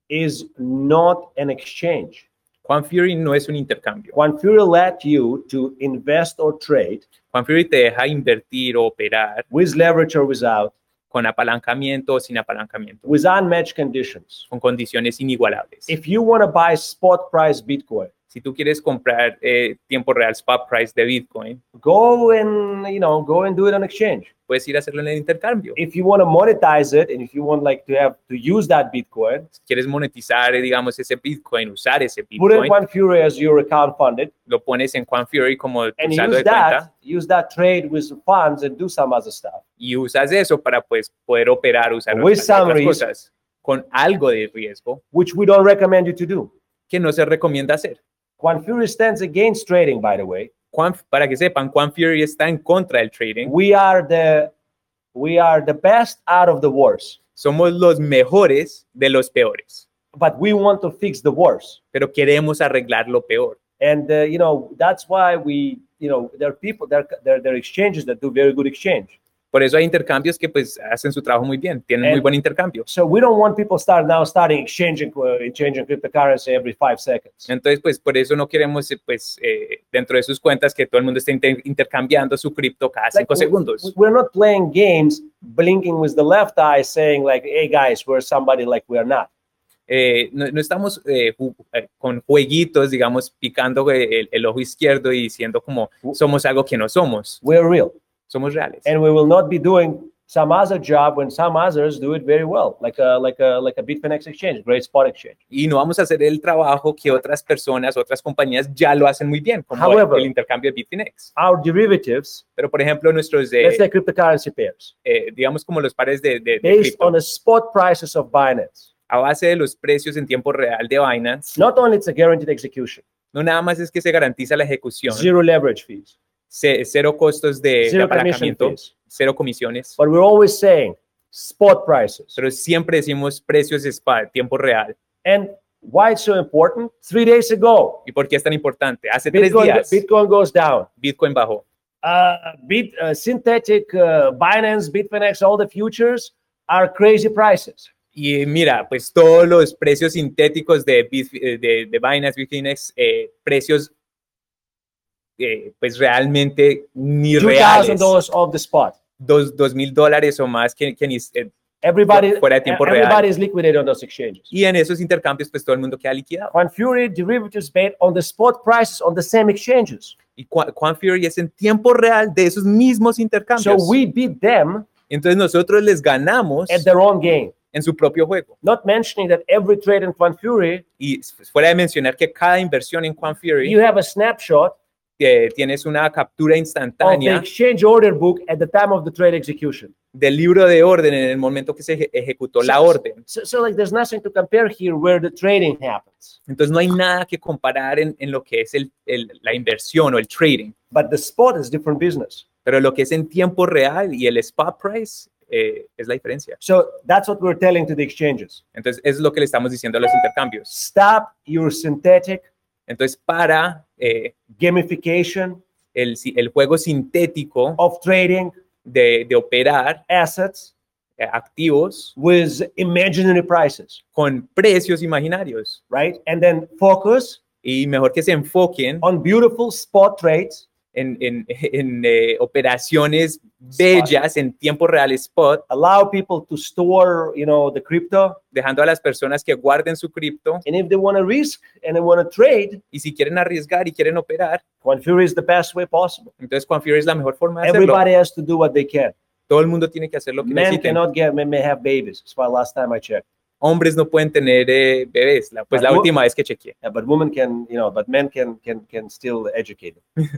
C: is not an exchange.
D: Juan Fury no es un intercambio.
C: Quan Fury let you to invest or trade
D: Juan Fury te deja invertir o operar
C: with leverage or without,
D: con apalancamiento o sin apalancamiento,
C: with unmatched conditions.
D: con condiciones inigualables.
C: If you want to buy spot price Bitcoin,
D: si tú quieres comprar eh, tiempo real spot price de Bitcoin,
C: go and you know go and do it on exchange.
D: puedes ir a hacerlo en el intercambio.
C: if you want to monetize it and if you want like to have to use that bitcoin
D: Si quieres monetizar, eh, digamos, ese Bitcoin, usar ese
C: put in
D: Bitcoin,
C: one fury as your account funded
D: lo pones en Juan Fury como tu
C: and
D: saldo
C: use
D: de cuenta
C: that use that trade with funds and do some other stuff
D: y usas eso para pues, poder operar, usar
C: With
D: otras, otras
C: some risk.
D: cosas con algo de riesgo
C: which we don't recommend you to do
D: que no se recomienda hacer.
C: quan fury stands against trading by the way
D: Juan- para que sepan, Juan Fury está en contra del trading.
C: we are the we are the best out of the worst
D: Somos los mejores de los peores,
C: but we want to fix the worst
D: pero queremos arreglar lo peor.
C: and uh, you know that's why we you know there are people there, there there are exchanges that do very good exchange
D: Por eso hay intercambios que pues hacen su trabajo muy bien, tienen muy
C: And-
D: buen intercambio.
C: so we don't want people start now starting exchanging uh, exchanging cryptocurrency every five seconds
D: Entonces, pues por eso no queremos, eh, pues, eh, dentro de sus cuentas que todo el mundo esté inter- intercambiando su cripto cada
C: Like,
D: cinco
C: we- we-
D: segundos.
C: We're not playing games, blinking with the left eye, saying like, "Hey guys, we're somebody like we're not."
D: Eh, no, no estamos eh, ju- eh, con jueguitos, digamos, picando eh, el, el ojo izquierdo y diciendo como somos algo que no somos,
C: We're real,
D: somos reales.
C: and we will not be doing some other job when some others do it very well, like a like a like a Bitfinex exchange, great spot exchange.
D: Y no vamos a hacer el trabajo que otras personas, otras compañías ya lo hacen muy bien, como
C: However-
D: el intercambio de Bitfinex.
C: Our derivatives,
D: Pero, por ejemplo, nuestros, eh,
C: let's say cryptocurrency pairs,
D: eh, digamos, como los pares de, de- de
C: Este based
D: cripto,
C: on the spot prices of Binance.
D: a base de los precios en tiempo real de Binance,
C: Not only it's a guaranteed execution,
D: no nada más es que se garantiza la ejecución,
C: zero leverage fees,
D: ce- cero costos Eh, de, de
C: zero commission
D: apalancamiento,
C: fees,
D: cero comisiones.
C: but we're always saying spot prices.
D: Pero siempre decimos precios SPA, tiempo real.
C: And why it's so important? Three days ago,
D: ¿Y por qué es tan importante? Hace tres
C: Bitcoin,
D: días
C: Bitcoin goes down.
D: Bitcoin bajó.
C: Uh, bit, uh, synthetic uh, Binance, Bitfinex, all the futures are crazy prices.
D: Y mira, pues todos los precios sintéticos de, Bitf- eh, de, de Binance, Bitfinex, eh, precios eh, pues realmente ni
C: Two
D: reales.
C: thousand dollars off the spot.
D: Dos, dos mil dólares o más que, que ni, eh,
C: Everybody,
D: fuera de tiempo real.
C: everybody is liquidated on those exchanges.
D: Y en esos intercambios, pues todo el mundo queda liquidado.
C: Quanfury derivatives made on the spot prices on the same exchanges.
D: Y Qua- Quanfury es en tiempo real de esos mismos intercambios.
C: So we beat them
D: Entonces nosotros les ganamos
C: at their own game.
D: en su propio juego.
C: Not mentioning that every trade in Quanfury,
D: Y s- fuera de mencionar que cada inversión en Quanfury
C: you have a snapshot
D: eh, tienes una captura
C: of the
D: instantánea
C: exchange order book at the time of the trade execution.
D: del libro de orden en el momento que se eje- ejecutó la
C: Sí, sí.
D: orden.
C: So, so like, there's nothing to compare here where the trading happens.
D: Entonces no hay nada que comparar en, en lo que es el- el- la inversión o el trading.
C: But the spot is different business.
D: Pero lo que es en tiempo real y el spot price eh, es la diferencia.
C: So that's what we're telling to the exchanges.
D: Entonces es lo que le estamos diciendo a los intercambios.
C: Stop your synthetic
D: Entonces para eh,
C: gamification
D: el, si- el juego sintético
C: of trading
D: de, de operar
C: assets
D: eh, activos
C: with imaginary prices,
D: con precios imaginarios
C: right? And then focus
D: y mejor que se enfoquen
C: on beautiful spot trades
D: en, en- en, eh, operaciones bellas en tiempo real spot,
C: allow people to store you know the crypto
D: dejando a las personas que guarden su cripto
C: and if they want to risk and they want to trade
D: y si quieren arriesgar y quieren operar,
C: Quanfury is the best way possible
D: entonces Quanfury es la mejor forma de hacerlo.
C: everybody has to do what they can
D: Todo el mundo tiene que hacer lo que
C: men
D: necesiten.
C: cannot get men may have babies that's why last time i checked
D: hombres no pueden tener eh, bebés, la, pues la
C: Algo-
D: última vez que chequeé.
C: yeah, but women can you know but men can can can still educate them.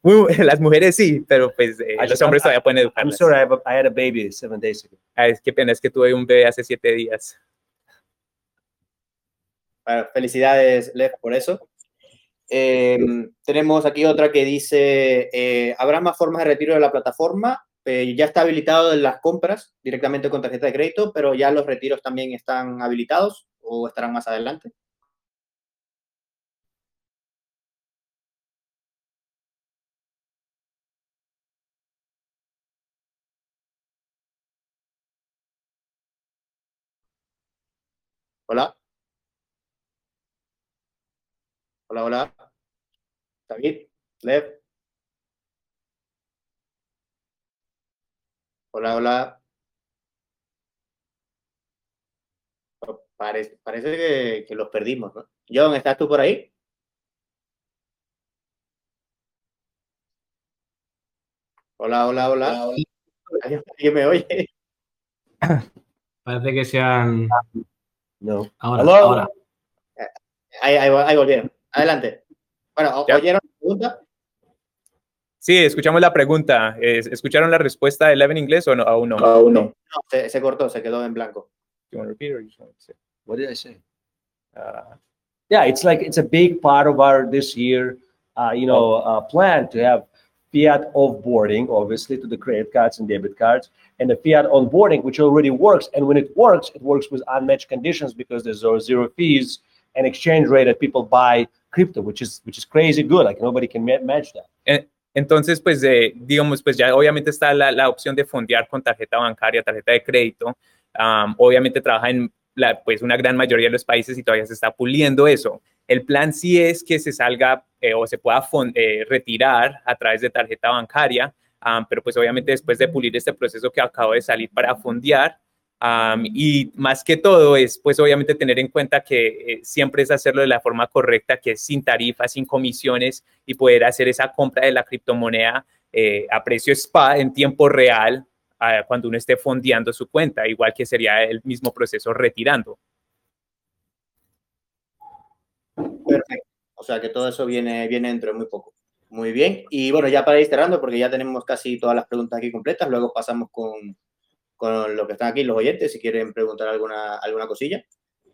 D: Muy- las mujeres sí, pero pues eh,
C: Ah,
D: los
C: yo-
D: hombres
C: ah,
D: todavía pueden
C: i'm
D: educarlas.
C: sorry I, have a, I had a baby seven days ago
D: Ay, qué pena, es que tuve un bebé hace siete días.
B: Bueno, felicidades, Lev, por eso. Eh, tenemos aquí otra que dice, eh, ¿habrá más formas de retiro de la plataforma? Eh, ya está habilitado en las compras directamente con tarjeta de crédito, pero ya los retiros también están habilitados o estarán más adelante. Hola. Hola, hola. David, Lev. Hola, hola. Oh, Parece, parece que, que los perdimos, ¿no? John, ¿estás tú por ahí? Hola, hola, hola. ¿Alguien me oye?
A: Parece que sean.
C: no
A: Ahora,
C: Hello.
A: ahora.
B: Ahí, ahí, ahí volvieron. Adelante. Bueno, ¿o-
D: Ya.
B: ¿oyeron la pregunta?
D: Sí, escuchamos la pregunta. eh, ¿Escucharon la respuesta de Lev en inglés o no? Aún no.
E: Aún no.
B: No, se, se cortó, se quedó en blanco.
D: You wanna repeat or you just wanna say?
C: what did i say
D: Ah,
C: Uh, yeah it's like it's a big part of our this year uh, you know uh, plan to have fiat offboarding obviously to the credit cards and debit cards and the fiat onboarding which already works and when it works it works with unmatched conditions because there's zero, zero fees and exchange rate that people buy crypto which is which is crazy good like nobody can ma- match that
D: entonces, pues, eh, digamos, pues ya obviamente está la, la opción de fondear con tarjeta bancaria, tarjeta de crédito. Am, obviamente trabaja en la, pues, una gran mayoría de los países y todavía se está puliendo eso. El plan sí es que se salga eh, o se pueda fon- eh, retirar a través de tarjeta bancaria, am, pero pues obviamente después de pulir este proceso que acabo de salir para fondear, am, y más que todo es pues obviamente tener en cuenta que eh, siempre es hacerlo de la forma correcta, que es sin tarifas, sin comisiones y poder hacer esa compra de la criptomoneda eh, a precio SPA en tiempo real ah, cuando uno esté fondeando su cuenta, igual que sería el mismo proceso retirando.
B: Perfecto. O sea que todo eso viene, viene dentro de muy poco. Muy bien. Y bueno, ya para ir cerrando, porque ya tenemos casi todas las preguntas aquí completas. Luego pasamos con, con los que están aquí, los oyentes, si quieren preguntar alguna, alguna cosilla,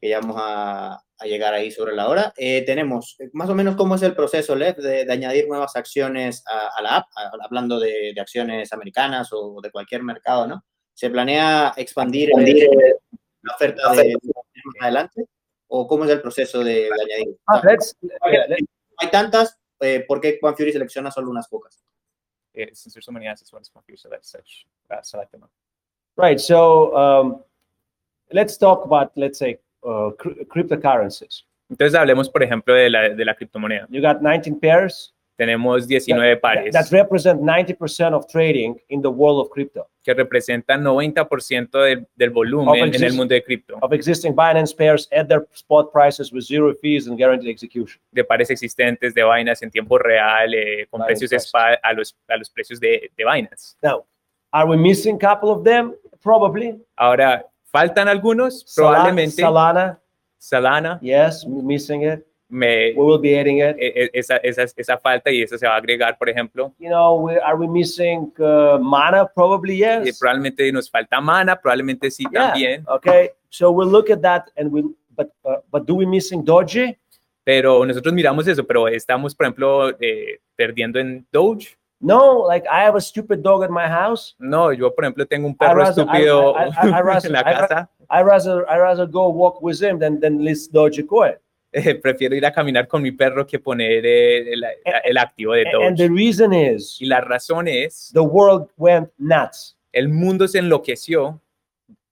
B: que ya vamos a, a llegar ahí sobre la hora. Eh, tenemos eh, más o menos cómo es el proceso, Lev, de, de añadir nuevas acciones a, a la app, a- hablando de, de acciones americanas o de cualquier mercado, ¿no? ¿Se planea expandir, eh, la oferta de, más adelante? ¿O cómo es el proceso de, de añadir? O sea,
C: let's Oh, yeah, let-
B: hay tantas, eh, ¿por qué Juan Fury selecciona solo unas pocas?
D: Eh, since there's so many assets, what is confused, select such, uh, select them.
C: right so um, let's talk about let's say uh, cr- cryptocurrencies
D: Entonces hablemos, por ejemplo, de la, de la criptomoneda.
C: you got 19 pairs
D: Tenemos 19 pares
C: that represent 90% of trading in the world of crypto,
D: que representan 90% del, del volumen en el mundo de cripto,
C: of existing Binance pairs at their spot prices with zero fees and guaranteed execution.
D: de pares existentes de Binance en tiempo real, eh, con
C: Vale,
D: precios
C: pues.
D: spa- a, los, a los precios de, de Binance.
C: Now, are we missing a couple of them? Probably.
D: Ahora, ¿faltan algunos?
C: Sala-
D: Probablemente.
C: Solana,
D: Salana,
C: yes, m- missing it.
D: me,
C: We will be adding it.
D: e- e- esa, esa, esa falta y eso se va a agregar, por ejemplo.
C: You know, we, are we missing uh, Mana? Probably
D: Eh,
C: yes.
D: probablemente nos falta mana, probablemente sí
C: Yeah.
D: también,
C: Okay, so we'll look at that and we. But uh, but do we missing Doji?
D: pero nosotros miramos eso, pero estamos, por ejemplo, eh, perdiendo en Doge.
C: No, like I have a stupid dog at my house.
D: No, yo, por ejemplo, tengo un perro
C: rather-
D: estúpido
C: I- I- I- I rather-
D: en la
C: I rather-
D: casa.
C: I rather I rather go walk with him than than list Doji coin.
D: Eh, prefiero ir a caminar con mi perro que poner eh, el, la- el activo de
C: A- eh, And
D: Doge.
C: the reason is
D: Y la razón es,
C: the world went nuts.
D: el mundo se enloqueció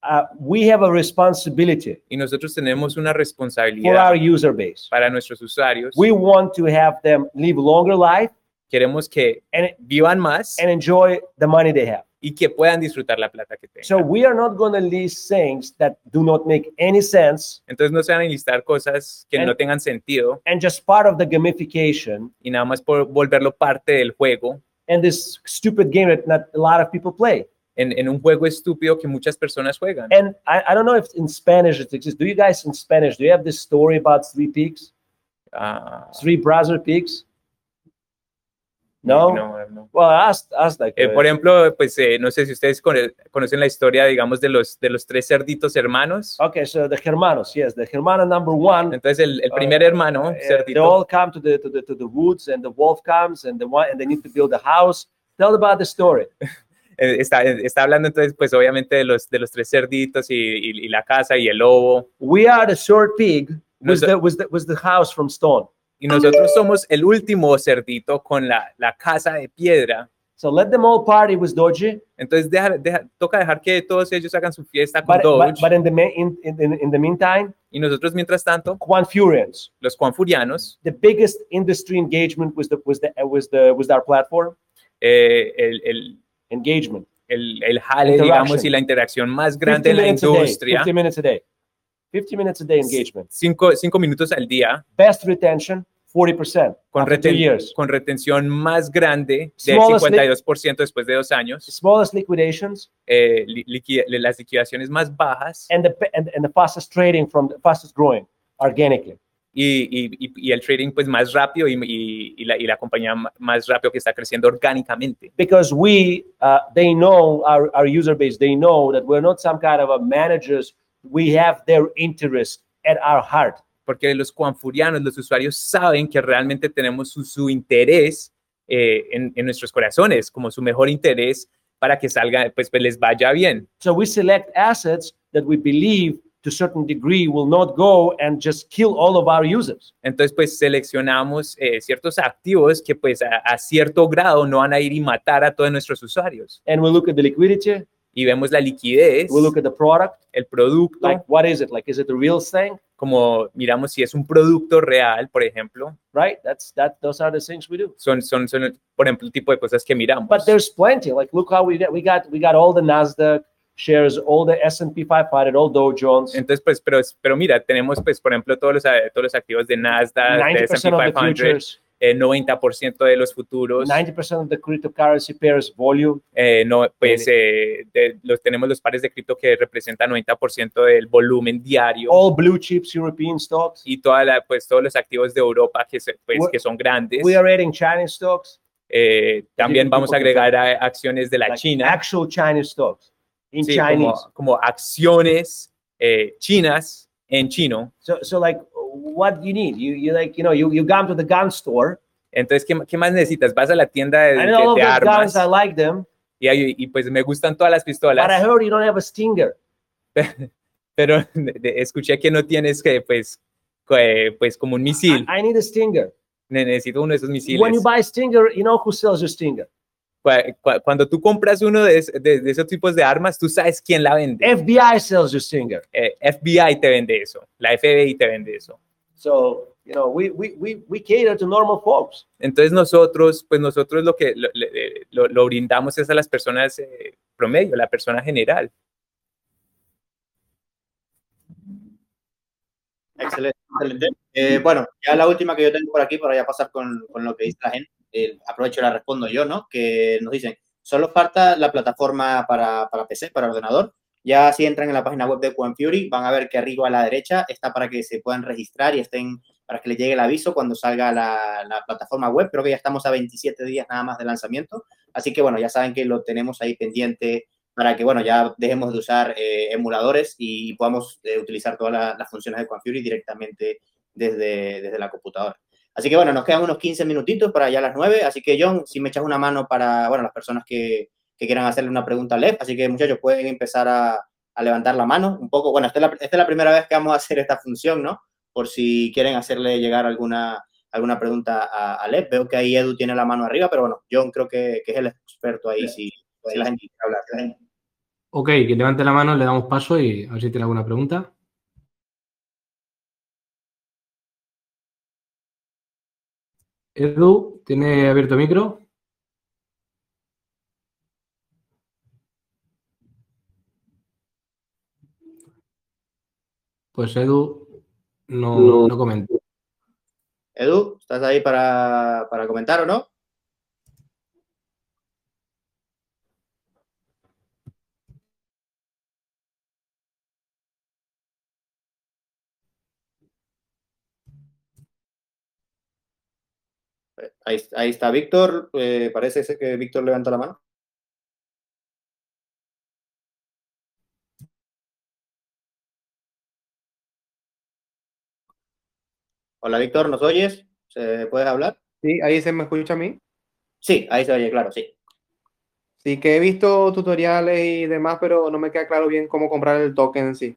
C: Uh, we have a responsibility
D: y nosotros tenemos una
C: for
D: responsabilidad
C: our user base.
D: para nuestros usuarios.
C: We want to have them live longer life
D: Queremos que
C: and
D: vivan más
C: and enjoy the money they have.
D: y que puedan disfrutar la plata que tengan.
C: So we are not going to list things that do not make any sense
D: Entonces no se van a enlistar cosas que
C: And-
D: no tengan sentido
C: and just part of the gamification
D: y nada más por volverlo parte del juego
C: and this stupid game that not a lot of people play.
D: en, en un juego estúpido que muchas personas juegan.
C: And I, I don't know if in Spanish it exists. Do you guys in Spanish do you have this story about three peaks,
D: Ah,
C: three brother peaks? No.
D: no, no.
C: Well, ask ask like
D: Eh,
C: uh,
D: por ejemplo, pues eh, no sé si ustedes cono- conocen la historia, digamos, de los, de los tres cerditos hermanos.
C: okay. So the hermanos, yes, the hermano number one.
D: Entonces el, el
C: Ah,
D: primer hermano,
C: uh, they
D: cerdito,
C: all come to the, to the to the woods, and the wolf comes, and the one and they need to build a house. Tell about the story.
D: eh, está, está hablando entonces pues obviamente de los, de los tres cerditos y, y- y la casa y el lobo.
C: We are the third pig
D: No,
C: with
D: so-
C: the with the with the house from stone.
D: Y nosotros somos el último cerdito con la, la casa de piedra.
C: So let them all party with Doji,
D: Entonces deja- deja- toca dejar que todos ellos hagan su fiesta con
C: but
D: Doge
C: but, but in the me- in, in in the meantime,
D: y nosotros mientras tanto,
C: Quanfurians,
D: los Juanfurianos,
C: the biggest industry engagement was the was the uh, was the was our platform
D: eh, el, el,
C: engagement.
D: el, el jale,
C: Interaction.
D: digamos, y la interacción más grande de la
C: minutes a day.
D: industria,
C: Fifty minutes a day. Fifty minutes a day engagement.
D: cinco, cinco minutos al día,
C: Best retention, forty percent.
D: con,
C: After two
D: reten-
C: years.
D: con retención más grande del
C: Smallest li-
D: 52% después de dos años,
C: Smallest liquidations
D: eh, li- liqui- las liquidaciones más bajas
C: and the pe- and, and the fastest trading from the fastest growing organically.
D: y, y- y- y el trading pues más rápido y, y- y la, y la compañía ma- más rápido que está creciendo orgánicamente.
C: because we uh, they know our, our user base they know that we're not some kind of a managers we have their interest at our heart
D: porque los cuanfurianos, los usuarios saben que realmente tenemos su, su interés eh, en, en nuestros corazones, como su mejor interés para que salga, pues, pues, les vaya bien.
C: so we select assets that we believe to a certain degree will not go and just kill all of our users
D: Entonces, pues seleccionamos eh, ciertos activos que pues a, a cierto grado no van a ir y matar a todos nuestros usuarios.
C: and we look at the liquidity
D: Y vemos la liquidez,
C: we look at the product
D: el producto,
C: like what is it like is it a real thing
D: como miramos si es un producto real, por ejemplo.
C: right that's that those are the things we do
D: Son, son, son por ejemplo, el tipo de cosas que miramos.
C: but there's plenty like look how we get we got we got all the nasdaq shares all the s&p 500 all dow jones
D: Entonces, pues, pero, pero mira, tenemos, pues, por ejemplo, todos los, eh, todos los activos de Nasdaq, de
C: 90%
D: S&P
C: of the
D: 500,
C: futures
D: eh, 90% de los futuros,
C: 90% of the cryptocurrency pairs volume.
D: eh, no, pues, eh, de- los, tenemos los pares de cripto que representan 90% del volumen diario
C: All blue chips, European stocks.
D: y toda la, pues, todos los activos de Europa que, se- pues,
C: We-
D: que son grandes.
C: We are adding Chinese stocks,
D: Eh, también vamos a agregar a- acciones de la
C: like
D: China,
C: actual Chinese stocks in
D: sí,
C: Chinese.
D: como, como acciones eh, chinas en chino.
C: So, so like, what you need? You, you like, you know, you, you come to the gun store,
D: Entonces, ¿qué, qué más necesitas? Vas a la tienda de,
C: and
D: de-
C: all of
D: de
C: the
D: armas.
C: guns, I like them,
D: y, hay- y, pues me gustan todas las
C: but I
D: pistolas,
C: heard you don't have a stinger.
D: pero de- de- escuché que no tienes que, pues, co- eh, pues como un misil.
C: I, I need a stinger.
D: Ne- Necesito uno de esos misiles.
C: Ah, When you buy stinger, you know who sells your stinger?
D: Cua- cua- Cuando tú compras uno de, es- de- de esos tipos de armas, tú sabes quién la vende.
C: FBI sells your stinger.
D: Eh, FBI te vende eso, la FBI te vende eso.
C: So You know, we, we, we, we cater to normal folks.
D: Entonces nosotros, pues nosotros lo que lo, le- lo- lo brindamos es a las personas eh, promedio, a la persona general.
B: Excelente, excelente. Eh, bueno, ya la última que yo tengo por aquí, para ya pasar con, con lo que dice la gente, eh, aprovecho y la respondo yo, ¿no? Que nos dicen, solo falta la plataforma para, para PC, para ordenador. Ya si entran en la página web de Fury, van a ver que arriba a la derecha está para que se puedan registrar y estén, para que les llegue el aviso cuando salga la, la plataforma web. Creo que ya estamos a 27 días nada más de lanzamiento. Así que bueno, ya saben que lo tenemos ahí pendiente para que, bueno, ya dejemos de usar eh, emuladores y podamos eh, utilizar todas la- las funciones de Fury directamente desde, desde la computadora. Así que, bueno, nos quedan unos 15 minutitos para ya las 9. Así que, John, si me echas una mano para, bueno, las personas que, que quieran hacerle una pregunta a Lev. Así que, muchachos, pueden empezar a, a levantar la mano un poco. Bueno, esta es, la, esta es la primera vez que vamos a hacer esta función, ¿no? Por si quieren hacerle llegar alguna, alguna pregunta a, a Lev. Veo que ahí Edu tiene la mano arriba, pero bueno, John creo que, que es el experto ahí, si, si la gente quiere hablar.
A: Ok, que levante la mano, le damos paso y a ver si tiene alguna pregunta. Edu, ¿tiene abierto micro? Pues Edu no, no, comenta.
B: Edu, ¿estás ahí para, para comentar o no? Eh, Ahí, ahí está Víctor. eh, parece ser que Víctor levanta la mano. Hola Víctor, ¿nos oyes? ¿Se- ¿Puedes hablar?
E: Sí, ahí se me escucha a mí.
B: Sí, ahí se oye, claro, sí.
E: Sí, que he visto tutoriales y demás, pero no me queda claro bien cómo comprar el token en sí.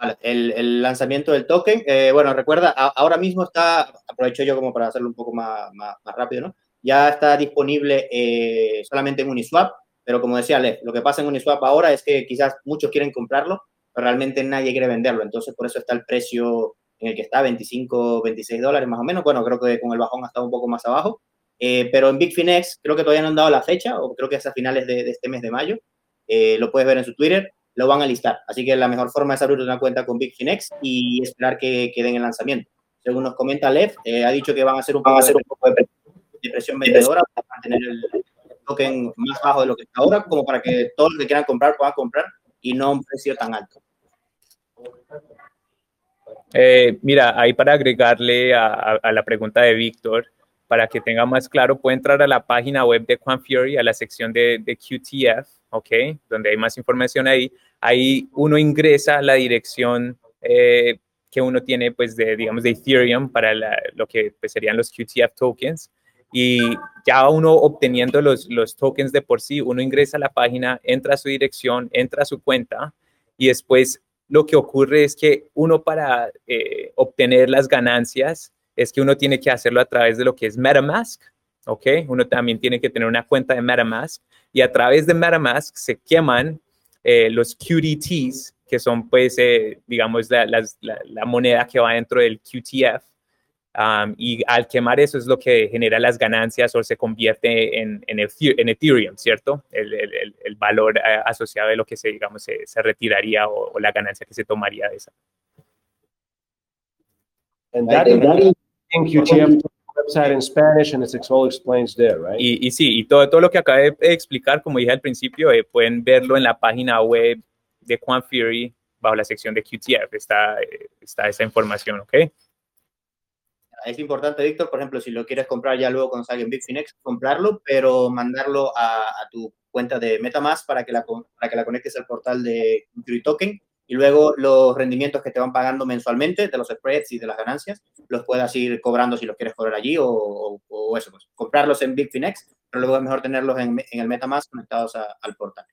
B: Vale, el, el lanzamiento del token, eh, bueno, recuerda, a- ahora mismo está, aprovecho yo como para hacerlo un poco más, más- más rápido, ¿no? Ya está disponible eh, solamente en Uniswap, pero como decía Alex, lo que pasa en Uniswap ahora es que quizás muchos quieren comprarlo, pero realmente nadie quiere venderlo, entonces por eso está el precio en el que está, 25, 26 dólares más o menos, bueno, creo que con el bajón ha estado un poco más abajo, eh, pero en Bitfinex creo que todavía no han dado la fecha, o creo que es a finales de- de este mes de mayo, eh, lo puedes ver en su Twitter, lo van a listar. Así que la mejor forma es abrir una cuenta con Bitfinex y esperar que, que den el lanzamiento. Según nos comenta Lev, eh, ha dicho que van a hacer un poco, de, de presión vendedora para mantener el token más bajo de lo que está ahora, como para que todos los que quieran comprar puedan comprar y no a un precio tan alto.
D: Eh, mira, ahí para agregarle a, a- a la pregunta de Víctor, para que tenga más claro, puede entrar a la página web de Fury, a la sección de, de QTF, ¿ok? Donde hay más información ahí. Ahí uno ingresa la dirección eh, que uno tiene, pues, de, digamos, de Ethereum para la- lo que pues, serían los QTF tokens. Y ya uno obteniendo los, los tokens de por sí, uno ingresa a la página, entra a su dirección, entra a su cuenta y después lo que ocurre es que uno para eh, obtener las ganancias es que uno tiene que hacerlo a través de lo que es MetaMask, ¿ok? Uno también tiene que tener una cuenta de MetaMask y a través de MetaMask se queman eh, los QDTs, que son pues, eh, digamos, la, las- la- la moneda que va dentro del QTF. um, y al quemar eso es lo que genera las ganancias o se convierte en, en Ethe- en Ethereum, ¿cierto? El, el- el- el valor eh, asociado de lo que se, digamos, se, se retiraría o, o la ganancia que se tomaría de esa.
C: And that is that is in QTF website in Spanish, and it's all explains there, right?
D: Y, y sí, y todo, todo lo que acabé de explicar, como dije al principio, eh, pueden verlo en la página web de Quant Theory bajo la sección de QTF. Está, eh, está esa información, ¿ok?
B: Es importante, Víctor, por ejemplo, si lo quieres comprar ya luego cuando salga en Bitfinex, comprarlo, pero mandarlo a, a tu cuenta de MetaMask para que la, con- para que la conectes al portal de Fury Token y luego los rendimientos que te van pagando mensualmente de los spreads y de las ganancias, los puedas ir cobrando si los quieres cobrar allí o, o- o eso, pues comprarlos en Bitfinex, pero luego es mejor tenerlos en, en el MetaMask conectados a- al portal.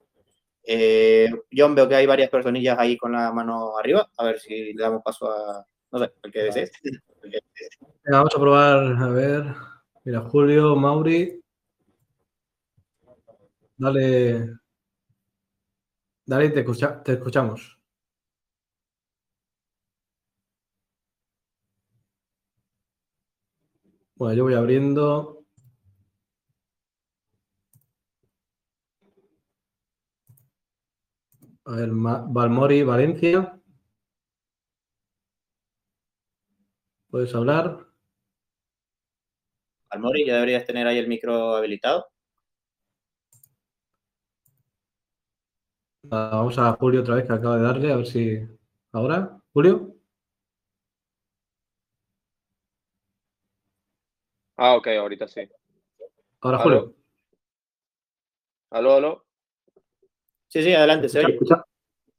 B: Eh, John, veo que hay varias personillas ahí con la mano arriba, a ver si le damos paso a, no sé, el que desees. El que desees.
A: Venga, vamos a probar, a ver. Mira, Julio, Mauri. Dale. Dale, te, escucha- te escuchamos. Bueno, yo voy abriendo. A ver, Balmori, Valencia. ¿Puedes hablar?
B: Balmori, ya deberías tener ahí el micro habilitado.
A: Ah, Vamos a Julio otra vez que acaba de darle, a ver si ahora. Julio.
F: Ah, ok, ahorita sí.
A: Ahora, Julio.
F: Aló, aló.
B: Sí, sí, adelante, se oye. Escucha?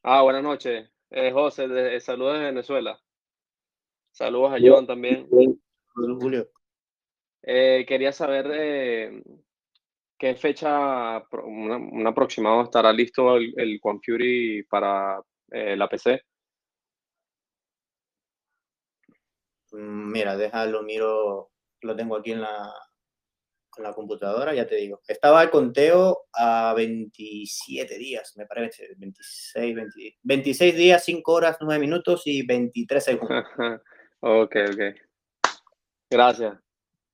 F: Ah, buenas noches. Eh, José, de, de, saludos de Venezuela. Saludos a John también.
B: Julio.
F: Eh, quería saber eh, qué fecha, una, un aproximado, estará listo el, el One Fury para eh, la PC.
B: Mm, Mira, déjalo, miro, lo tengo aquí en la, en la computadora, ya te digo. Estaba el conteo a 27 días, me parece, 26, 20, 26 días, 5 horas, 9 minutos y 23 segundos.
F: ok, ok. Gracias.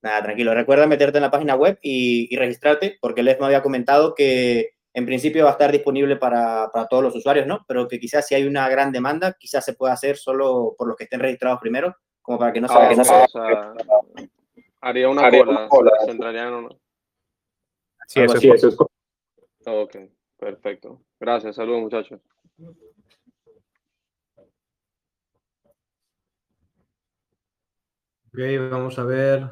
B: Nada, tranquilo. Recuerda meterte en la página web y, y, registrarte, porque Les me había comentado que en principio va a estar disponible para, para todos los usuarios, ¿no? Pero que quizás si hay una gran demanda, quizás se pueda hacer solo por los que estén registrados primero, como para que no se
F: ah, okay, o sea, Haría una Haría cola, una cola se entraría en una.
D: Sí, eso, sí, eso es.
F: Ok, perfecto. Gracias, saludos muchachos.
A: Ok, vamos a ver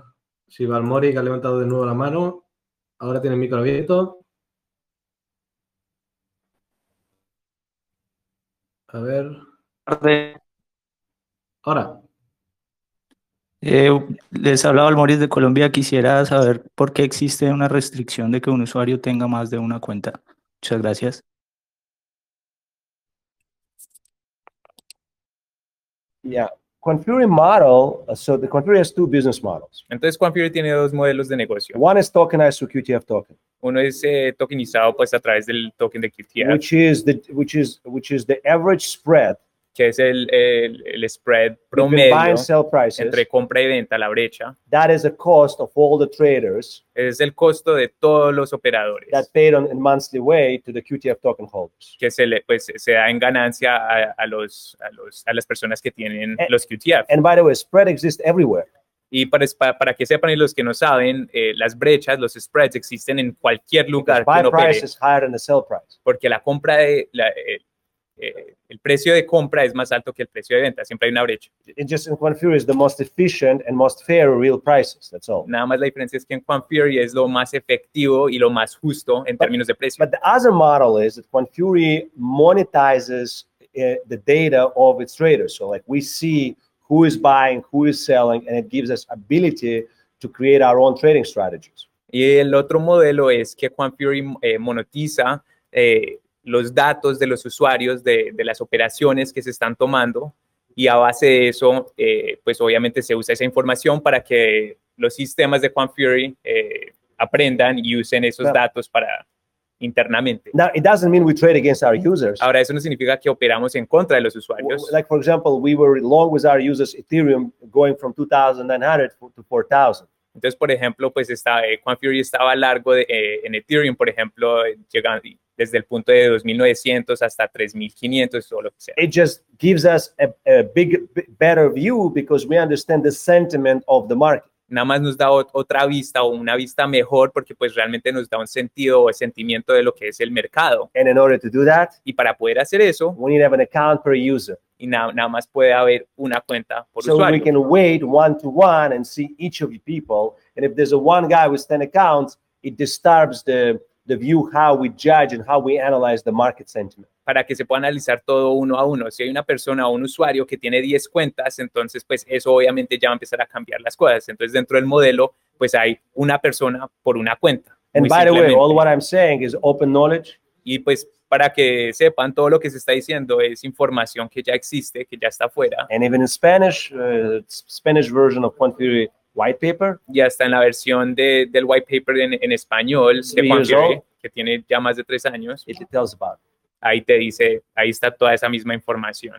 A: si Balmori que ha levantado de nuevo la mano. Ahora tiene el micro abierto. A ver. Ahora.
G: Eh, les hablaba al Moris de Colombia, quisiera saber por qué existe una restricción de que un usuario tenga más de una cuenta. Muchas gracias.
C: Yeah. Confury model, uh, so the Confury has two business models.
D: Entonces Confury tiene dos modelos de negocio.
C: One is tokenized through QTF token.
D: Uno es eh, tokenizado pues a través del token de QTF.
C: Which is the which is which is the average spread
D: que es el, el, el spread promedio prices, entre compra y venta, la brecha.
C: That is the cost of all the traders.
D: Es el costo de todos los operadores.
C: That paid on a monthly way to the QTF token holders.
D: Que se le, pues, se da en ganancia a, a, los, a, los, a las personas que tienen and, los QTF.
C: And by the way, spread exists everywhere.
D: Y para, para que sepan y los que no saben, eh, las brechas, los spreads existen en cualquier lugar.
C: Buy
D: que no
C: price is higher than the sell price.
D: Porque la compra de la, eh, eh, el precio de compra es más alto que el precio de venta, siempre hay una brecha.
C: Just in Fury is the most efficient and most fair real prices, that's all.
D: Nada más la diferencia es que en Quant Fury es lo más efectivo y lo más justo en but, términos de precio.
C: But the other model is that Quant Fury monetizes uh, the data of its traders. So like we see who is buying, who is selling and it gives us ability to create our own trading strategies.
D: Y el otro modelo es que Quant Fury eh, monetiza eh, los datos de los usuarios de, de, las operaciones que se están tomando y a base de eso, eh, pues obviamente se usa esa información para que los sistemas de Quant Fury eh, aprendan y usen esos no. datos para internamente.
C: Now, it doesn't mean we trade against our users.
D: Ahora eso no significa que operamos en contra de los usuarios.
C: Like for example, we were long with our users Ethereum going from 2900 to 4000.
D: Entonces, por ejemplo, pues está, eh, Quant Fury estaba largo de, eh, en Ethereum, por ejemplo, llegando, desde el punto de 2900 hasta 3500 o lo que sea.
C: It just gives us a, a big, better view because we understand the sentiment of the market.
D: Nada más nos da otra vista o una vista mejor porque pues realmente nos da un sentido o sentimiento de lo que es el mercado.
C: And in order to do that,
D: y para poder hacer eso,
C: we need to have an account per user.
D: Y nada, nada más puede haber una cuenta por
C: so
D: usuario.
C: So we can wait one to one and see each of the people. And if there's a one guy with 10 accounts, it disturbs the the view how we judge and how we analyze the market sentiment.
D: Para que se pueda analizar todo uno a uno. Si hay una persona o un usuario que tiene 10 cuentas, entonces pues eso obviamente ya va a empezar a cambiar las cosas. Entonces dentro del modelo pues hay una persona por una cuenta.
C: And by the way, all what I'm saying is open knowledge.
D: Y pues para que sepan todo lo que se está diciendo es información que ya existe, que ya está afuera.
C: And even in Spanish, uh, Spanish version of quant theory white paper.
D: Ya está en la versión de, del white paper en, en español, de Juan Fiore, que tiene ya más de tres años.
C: It tells about.
D: Ahí te dice, ahí está toda esa misma información.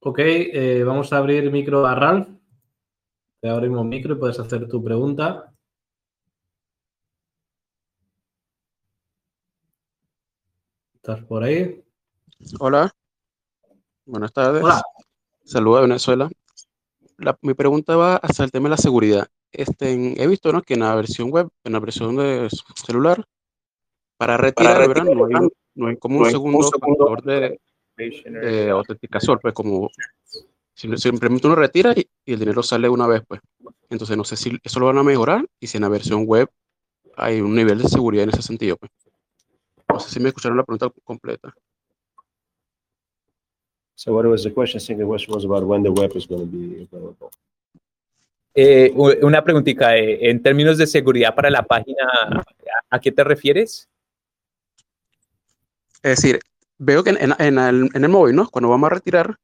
A: Ok, eh, vamos a abrir micro a Ralph. Te abrimos micro y puedes hacer tu pregunta. ¿Estás por ahí?
H: Hola. Buenas tardes.
A: Hola.
H: Saludos a Venezuela. La- mi pregunta va hacia el tema de la seguridad. Este, en- he visto, ¿no? que en la versión web, en la versión de s- celular, para retirar, ¿verdad? No hay, no hay como un segundo factor de, de autenticación, pues como si- simplemente uno retira y, y el dinero sale una vez, pues. Entonces no sé si eso lo van a mejorar y si en la versión web hay un nivel de seguridad en ese sentido, pues. No sé si me escucharon la pregunta completa.
C: So what was the question? I think the question was about when the web is going to be available.
D: Eh, u- una preguntita, eh, en términos de seguridad para la página, ¿a- ¿a qué te refieres?
H: Es decir, veo que en, en- en el, en el móvil, ¿no? Cuando vamos a retirar,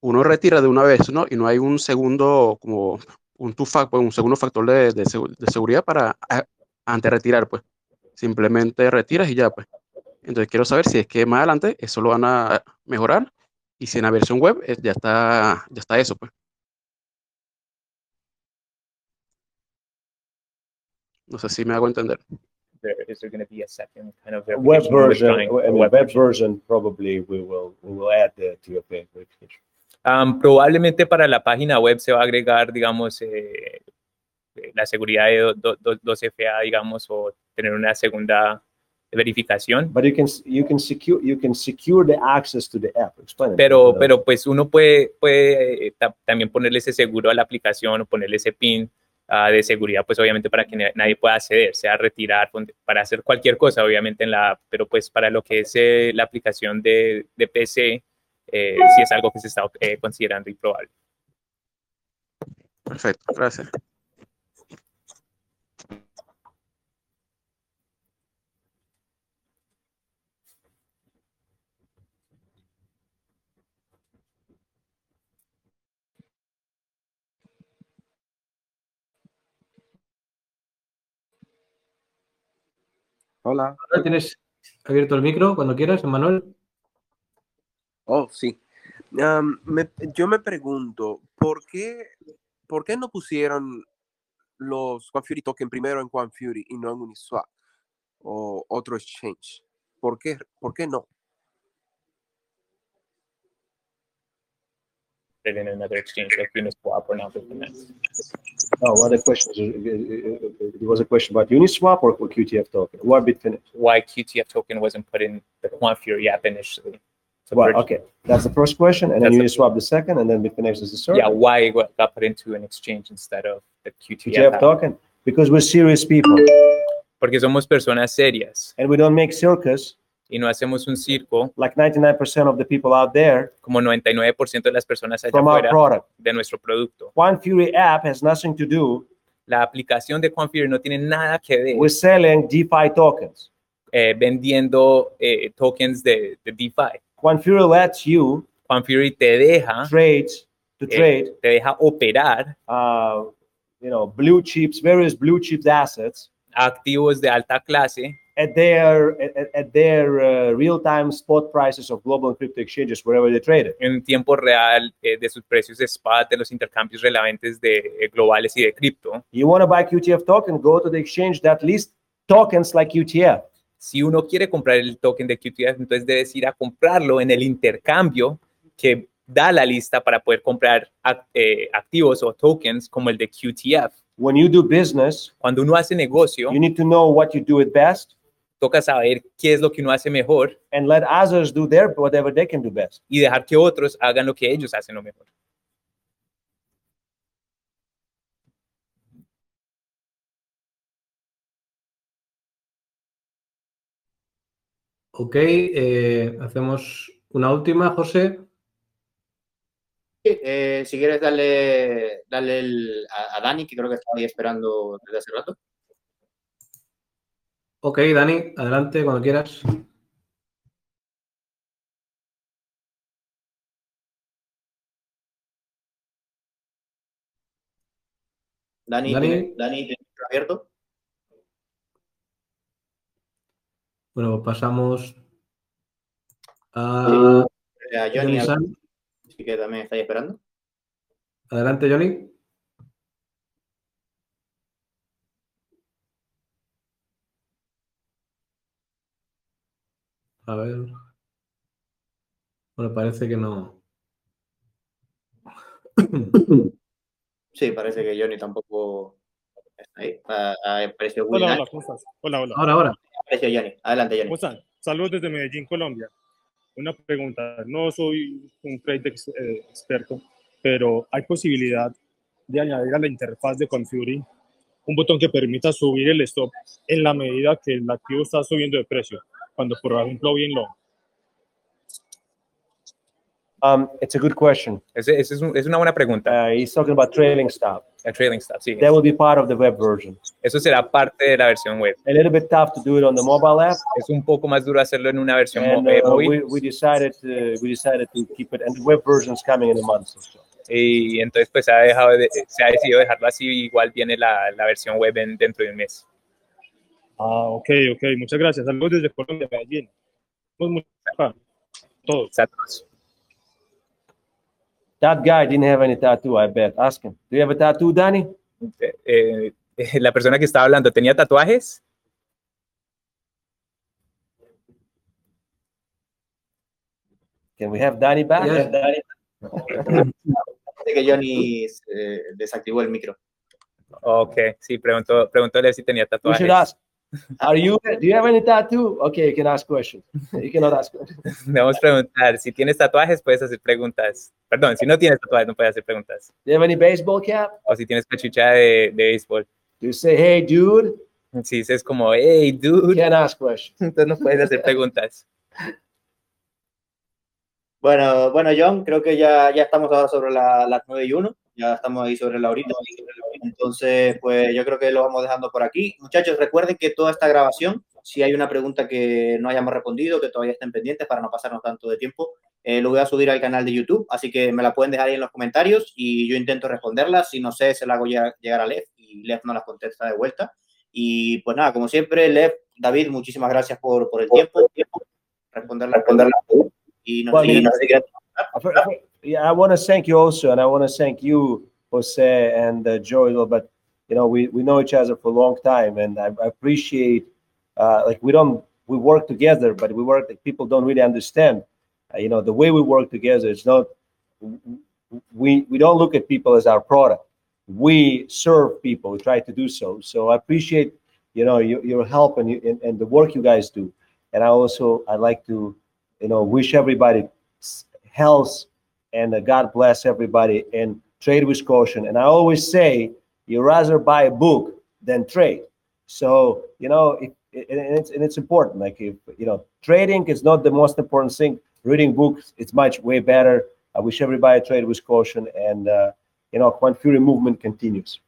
H: uno retira de una vez, ¿no? Y no hay un segundo, como un two fac- un segundo factor de, de segu- de seguridad para a- ante retirar, pues. Simplemente retiras y ya, pues. Entonces quiero saber si es que más adelante eso lo van a mejorar y si en la versión web eh, ya está, ya está eso, pues. No sé si me hago entender.
D: There- is there gonna be a second kind of
C: Web
D: verification? We're
C: version, I
D: trying for
C: mean,
D: web
C: web version, probably we will, we will add that to your page verification.
D: Am, Um, probablemente para la página web se va a agregar, digamos, eh, eh, la seguridad de do- do- do- 2FA, digamos, o tener una segunda verificación.
C: But you can, you can secure, you can secure the access to the app. Explain it.
D: Pero,
C: Uh,
D: pero pues uno puede, puede eh, ta- también ponerle ese seguro a la aplicación o ponerle ese PIN ah, de seguridad, pues obviamente para que na- nadie pueda acceder, sea retirar, pon- para hacer cualquier cosa, obviamente en la app. Pero pues para lo que es eh, la aplicación de, de PC, eh, sí es algo que se está eh, considerando y probable.
H: Perfecto, gracias.
I: Hola.
A: Ahora tienes abierto el micro cuando quieras, Emanuel.
I: Oh, sí. Am, me- yo me pregunto, ¿por qué, ¿por qué no pusieron los One Fury Token primero en One Fury y no en Uniswap o otro exchange? ¿Por qué, por qué no?
D: than in another exchange like Uniswap or not.
C: Oh, what are the questions? Uh, uh, uh, uh, It was a question about Uniswap or or QTF token? What Bitfinex?
D: Why QTF token wasn't put in the QuantFury app initially? So
C: Well,
D: first-
C: okay, that's the first question, and then
D: That's
C: Uniswap the second, and then Bitfinex is the third.
D: Yeah, why it got got put into an exchange instead of the QTF?
C: QTF
D: app?
C: token, because we're serious people
D: Porque somos personas serias
C: and we don't make circus
D: y no hacemos un circo
C: like 99% of the people out there
D: como 99% de las personas allá
C: from our
D: afuera
C: product.
D: de nuestro producto.
C: One Fury app has nothing to do
D: La aplicación de QuantFury no tiene nada que ver
C: with selling DeFi tokens.
D: eh, vendiendo eh, tokens de, de DeFi.
C: One Fury lets you
D: QuantFury te deja,
C: trade to
D: eh,
C: trade,
D: te deja operar
C: uh, you know, blue chips, various blue chips assets
D: activos de alta clase
C: at their at, at- at their uh, real-time spot prices of global and crypto exchanges wherever they trade it.
D: en tiempo real eh, de sus precios de spot, de los intercambios relevantes de, eh, globales y de cripto.
C: You want to buy QTF token, go to the exchange that lists tokens like UTF.
D: Si uno quiere comprar el token de QTF, entonces debes ir a comprarlo en el intercambio que da la lista para poder comprar ac- eh, activos o tokens como el de QTF.
C: When you do business,
D: Cuando uno hace negocio,
C: you need to know what you do it best
D: toca saber qué es lo que uno hace mejor
C: and let others do their whatever they can do best.
D: y dejar que otros hagan lo que ellos hacen lo mejor.
A: Ok, eh, hacemos una última, José.
B: Sí, eh, si quieres, dale, dale el- a, a Dani, que creo que estaba ahí esperando desde hace rato.
A: Ok, Dani, adelante cuando quieras.
B: Dani,
A: Dani.
B: ¿tiene- Dani, ¿tienes micro abierto?
A: Bueno, pasamos a
B: Eh, a Johnny,
A: Johnny
B: Eh, a-
A: San.
B: Así que también estáis esperando.
J: Adelante, Johnny. A ver. Bueno, parece que no.
B: Sí, parece que Johnny tampoco está ahí. Ah, Ha, ha aparecido Will
K: Hola,
B: Nash.
K: hola, ¿cómo estás? Hola, hola.
B: Ahora, ahora. Apareció Johnny. Adelante, Johnny.
K: ¿Cómo están? Saludos desde Medellín, Colombia. Una pregunta, no soy un trade ex- eh, experto, pero ¿hay posibilidad de añadir a la interfaz de Confury un botón que permita subir el stop en la medida que el activo está subiendo de precio? Cuando, por ejemplo, bien long.
C: Um, it's a good question.
D: Ese- ese es, un- es una buena pregunta.
C: Uh, he's talking about trailing stop.
D: El trailing stop, sí.
C: That will be part of the web version.
D: Eso será parte de la versión web.
C: A little bit tough to do it on the mobile app.
D: Es un poco más duro hacerlo en una versión mo-
C: And
D: eh,
C: uh, we,
D: móvil.
C: we decided uh, we decided to keep it, and the web version is coming in a month.
D: Y entonces pues se ha, dejado de- se ha decidido dejarlo así. Igual viene la, la versión web en- dentro de un mes.
K: Ah, ok, ok, muchas gracias. Saludos desde Colombia, Medellín. Muy, muy acá. Todos.
C: That guy didn't have any tattoo, I bet. Ask him. Do you have a tattoo, Danny?
D: Eh, eh, la persona que estaba hablando, ¿tenía tatuajes?
C: Can we have Danny back?
B: Yeah. Parece que Johnny eh, desactivó el micro.
D: Ok, sí, preguntó, preguntóle si tenía
C: You should
D: tatuajes.
C: ask. Are you? Do you have any tattoo? Okay, you can ask questions. You cannot ask questions.
D: Debemos preguntar, si tienes tatuajes, puedes hacer preguntas. Perdón, si no tienes tatuajes, no puedes hacer preguntas.
C: Do you have any baseball cap?
D: O si tienes cachucha de, de béisbol.
C: You say, hey, dude.
D: Si dices como, hey, dude.
C: Can't ask questions.
D: Entonces no puedes hacer preguntas.
B: Bueno, bueno, John, creo que ya, ya estamos ahora sobre la- las 9 y 1. Ya estamos ahí sobre la horita. Entonces, pues yo creo que lo vamos dejando por aquí. Muchachos, recuerden que toda esta grabación, si hay una pregunta que no hayamos respondido, que todavía estén pendientes para no pasarnos tanto de tiempo, eh, lo voy a subir al canal de YouTube. Así que me la pueden dejar ahí en los comentarios y yo intento responderlas. Si no sé, se la hago llega- llegar a Lev y Lev no las contesta de vuelta. Y pues nada, como siempre, Lev, David, muchísimas gracias por, por el tiempo. Responder las preguntas. Y no
C: Bueno,
B: sé si- no sé si quieres
C: I fir- I fir- yeah, I want to thank you also, and I want to thank you, Jose and uh, Joe, a little bit. You know, we, we know each other for a long time, and I, I appreciate uh, like we don't we work together, but we work like people don't really understand. Uh, you know, the way we work together, it's not we we don't look at people as our product. We serve people. We try to do so. So I appreciate you know your, your help and, you, and and the work you guys do. And I also I like to you know wish everybody s- health and uh, God bless everybody and trade with caution. And I always say you rather buy a book than trade. So you know it, it, and it's and it's important. Like if you know trading is not the most important thing. Reading books it's much way better. I wish everybody trade with caution and uh, you know Quant Fury movement continues.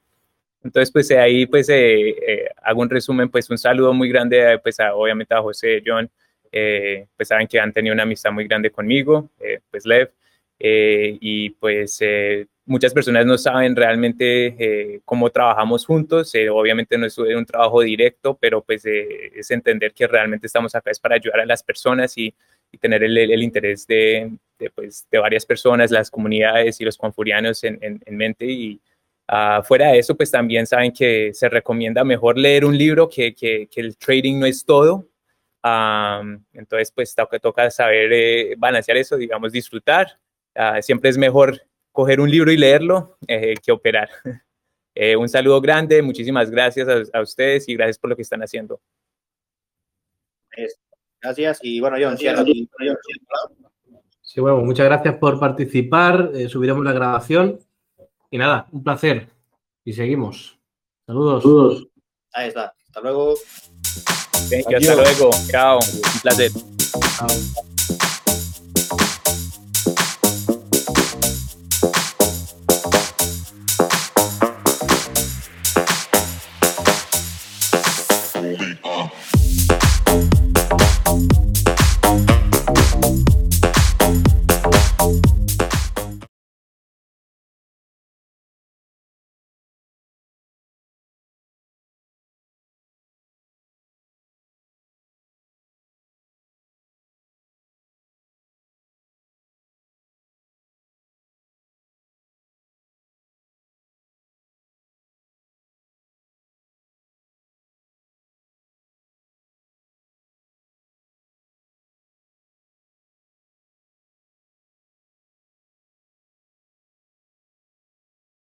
D: Entonces, pues eh, ahí pues eh, eh, hago un resumen, pues un saludo muy grande, eh, pues a- obviamente a José, John, eh, pues saben que han tenido una amistad muy grande conmigo, eh, pues Lev, eh, y pues eh, muchas personas no saben realmente eh, cómo trabajamos juntos, eh, obviamente no es un trabajo directo, pero pues eh, es entender que realmente estamos acá es para ayudar a las personas y, y tener el, el- el interés de, de, pues, de varias personas, las comunidades y los confurianos en- en- en mente y Ah, fuera de eso, pues también saben que se recomienda mejor leer un libro que, que- que el trading no es todo. Am, entonces, pues toca, toca saber eh, balancear eso, digamos, disfrutar. Ah, siempre es mejor coger un libro y leerlo eh, que operar. Eh, un saludo grande, muchísimas gracias a- a ustedes y gracias por lo que están haciendo.
B: Es- Gracias. Y bueno, John, cierra.
J: Sí, bueno, pues muchas gracias por participar. eh, subiremos la grabación. Y nada, un placer. Y seguimos. Saludos.
B: Ahí está. Hasta luego.
D: Thank you, hasta
J: Adiós.
D: luego. Chao. Un placer.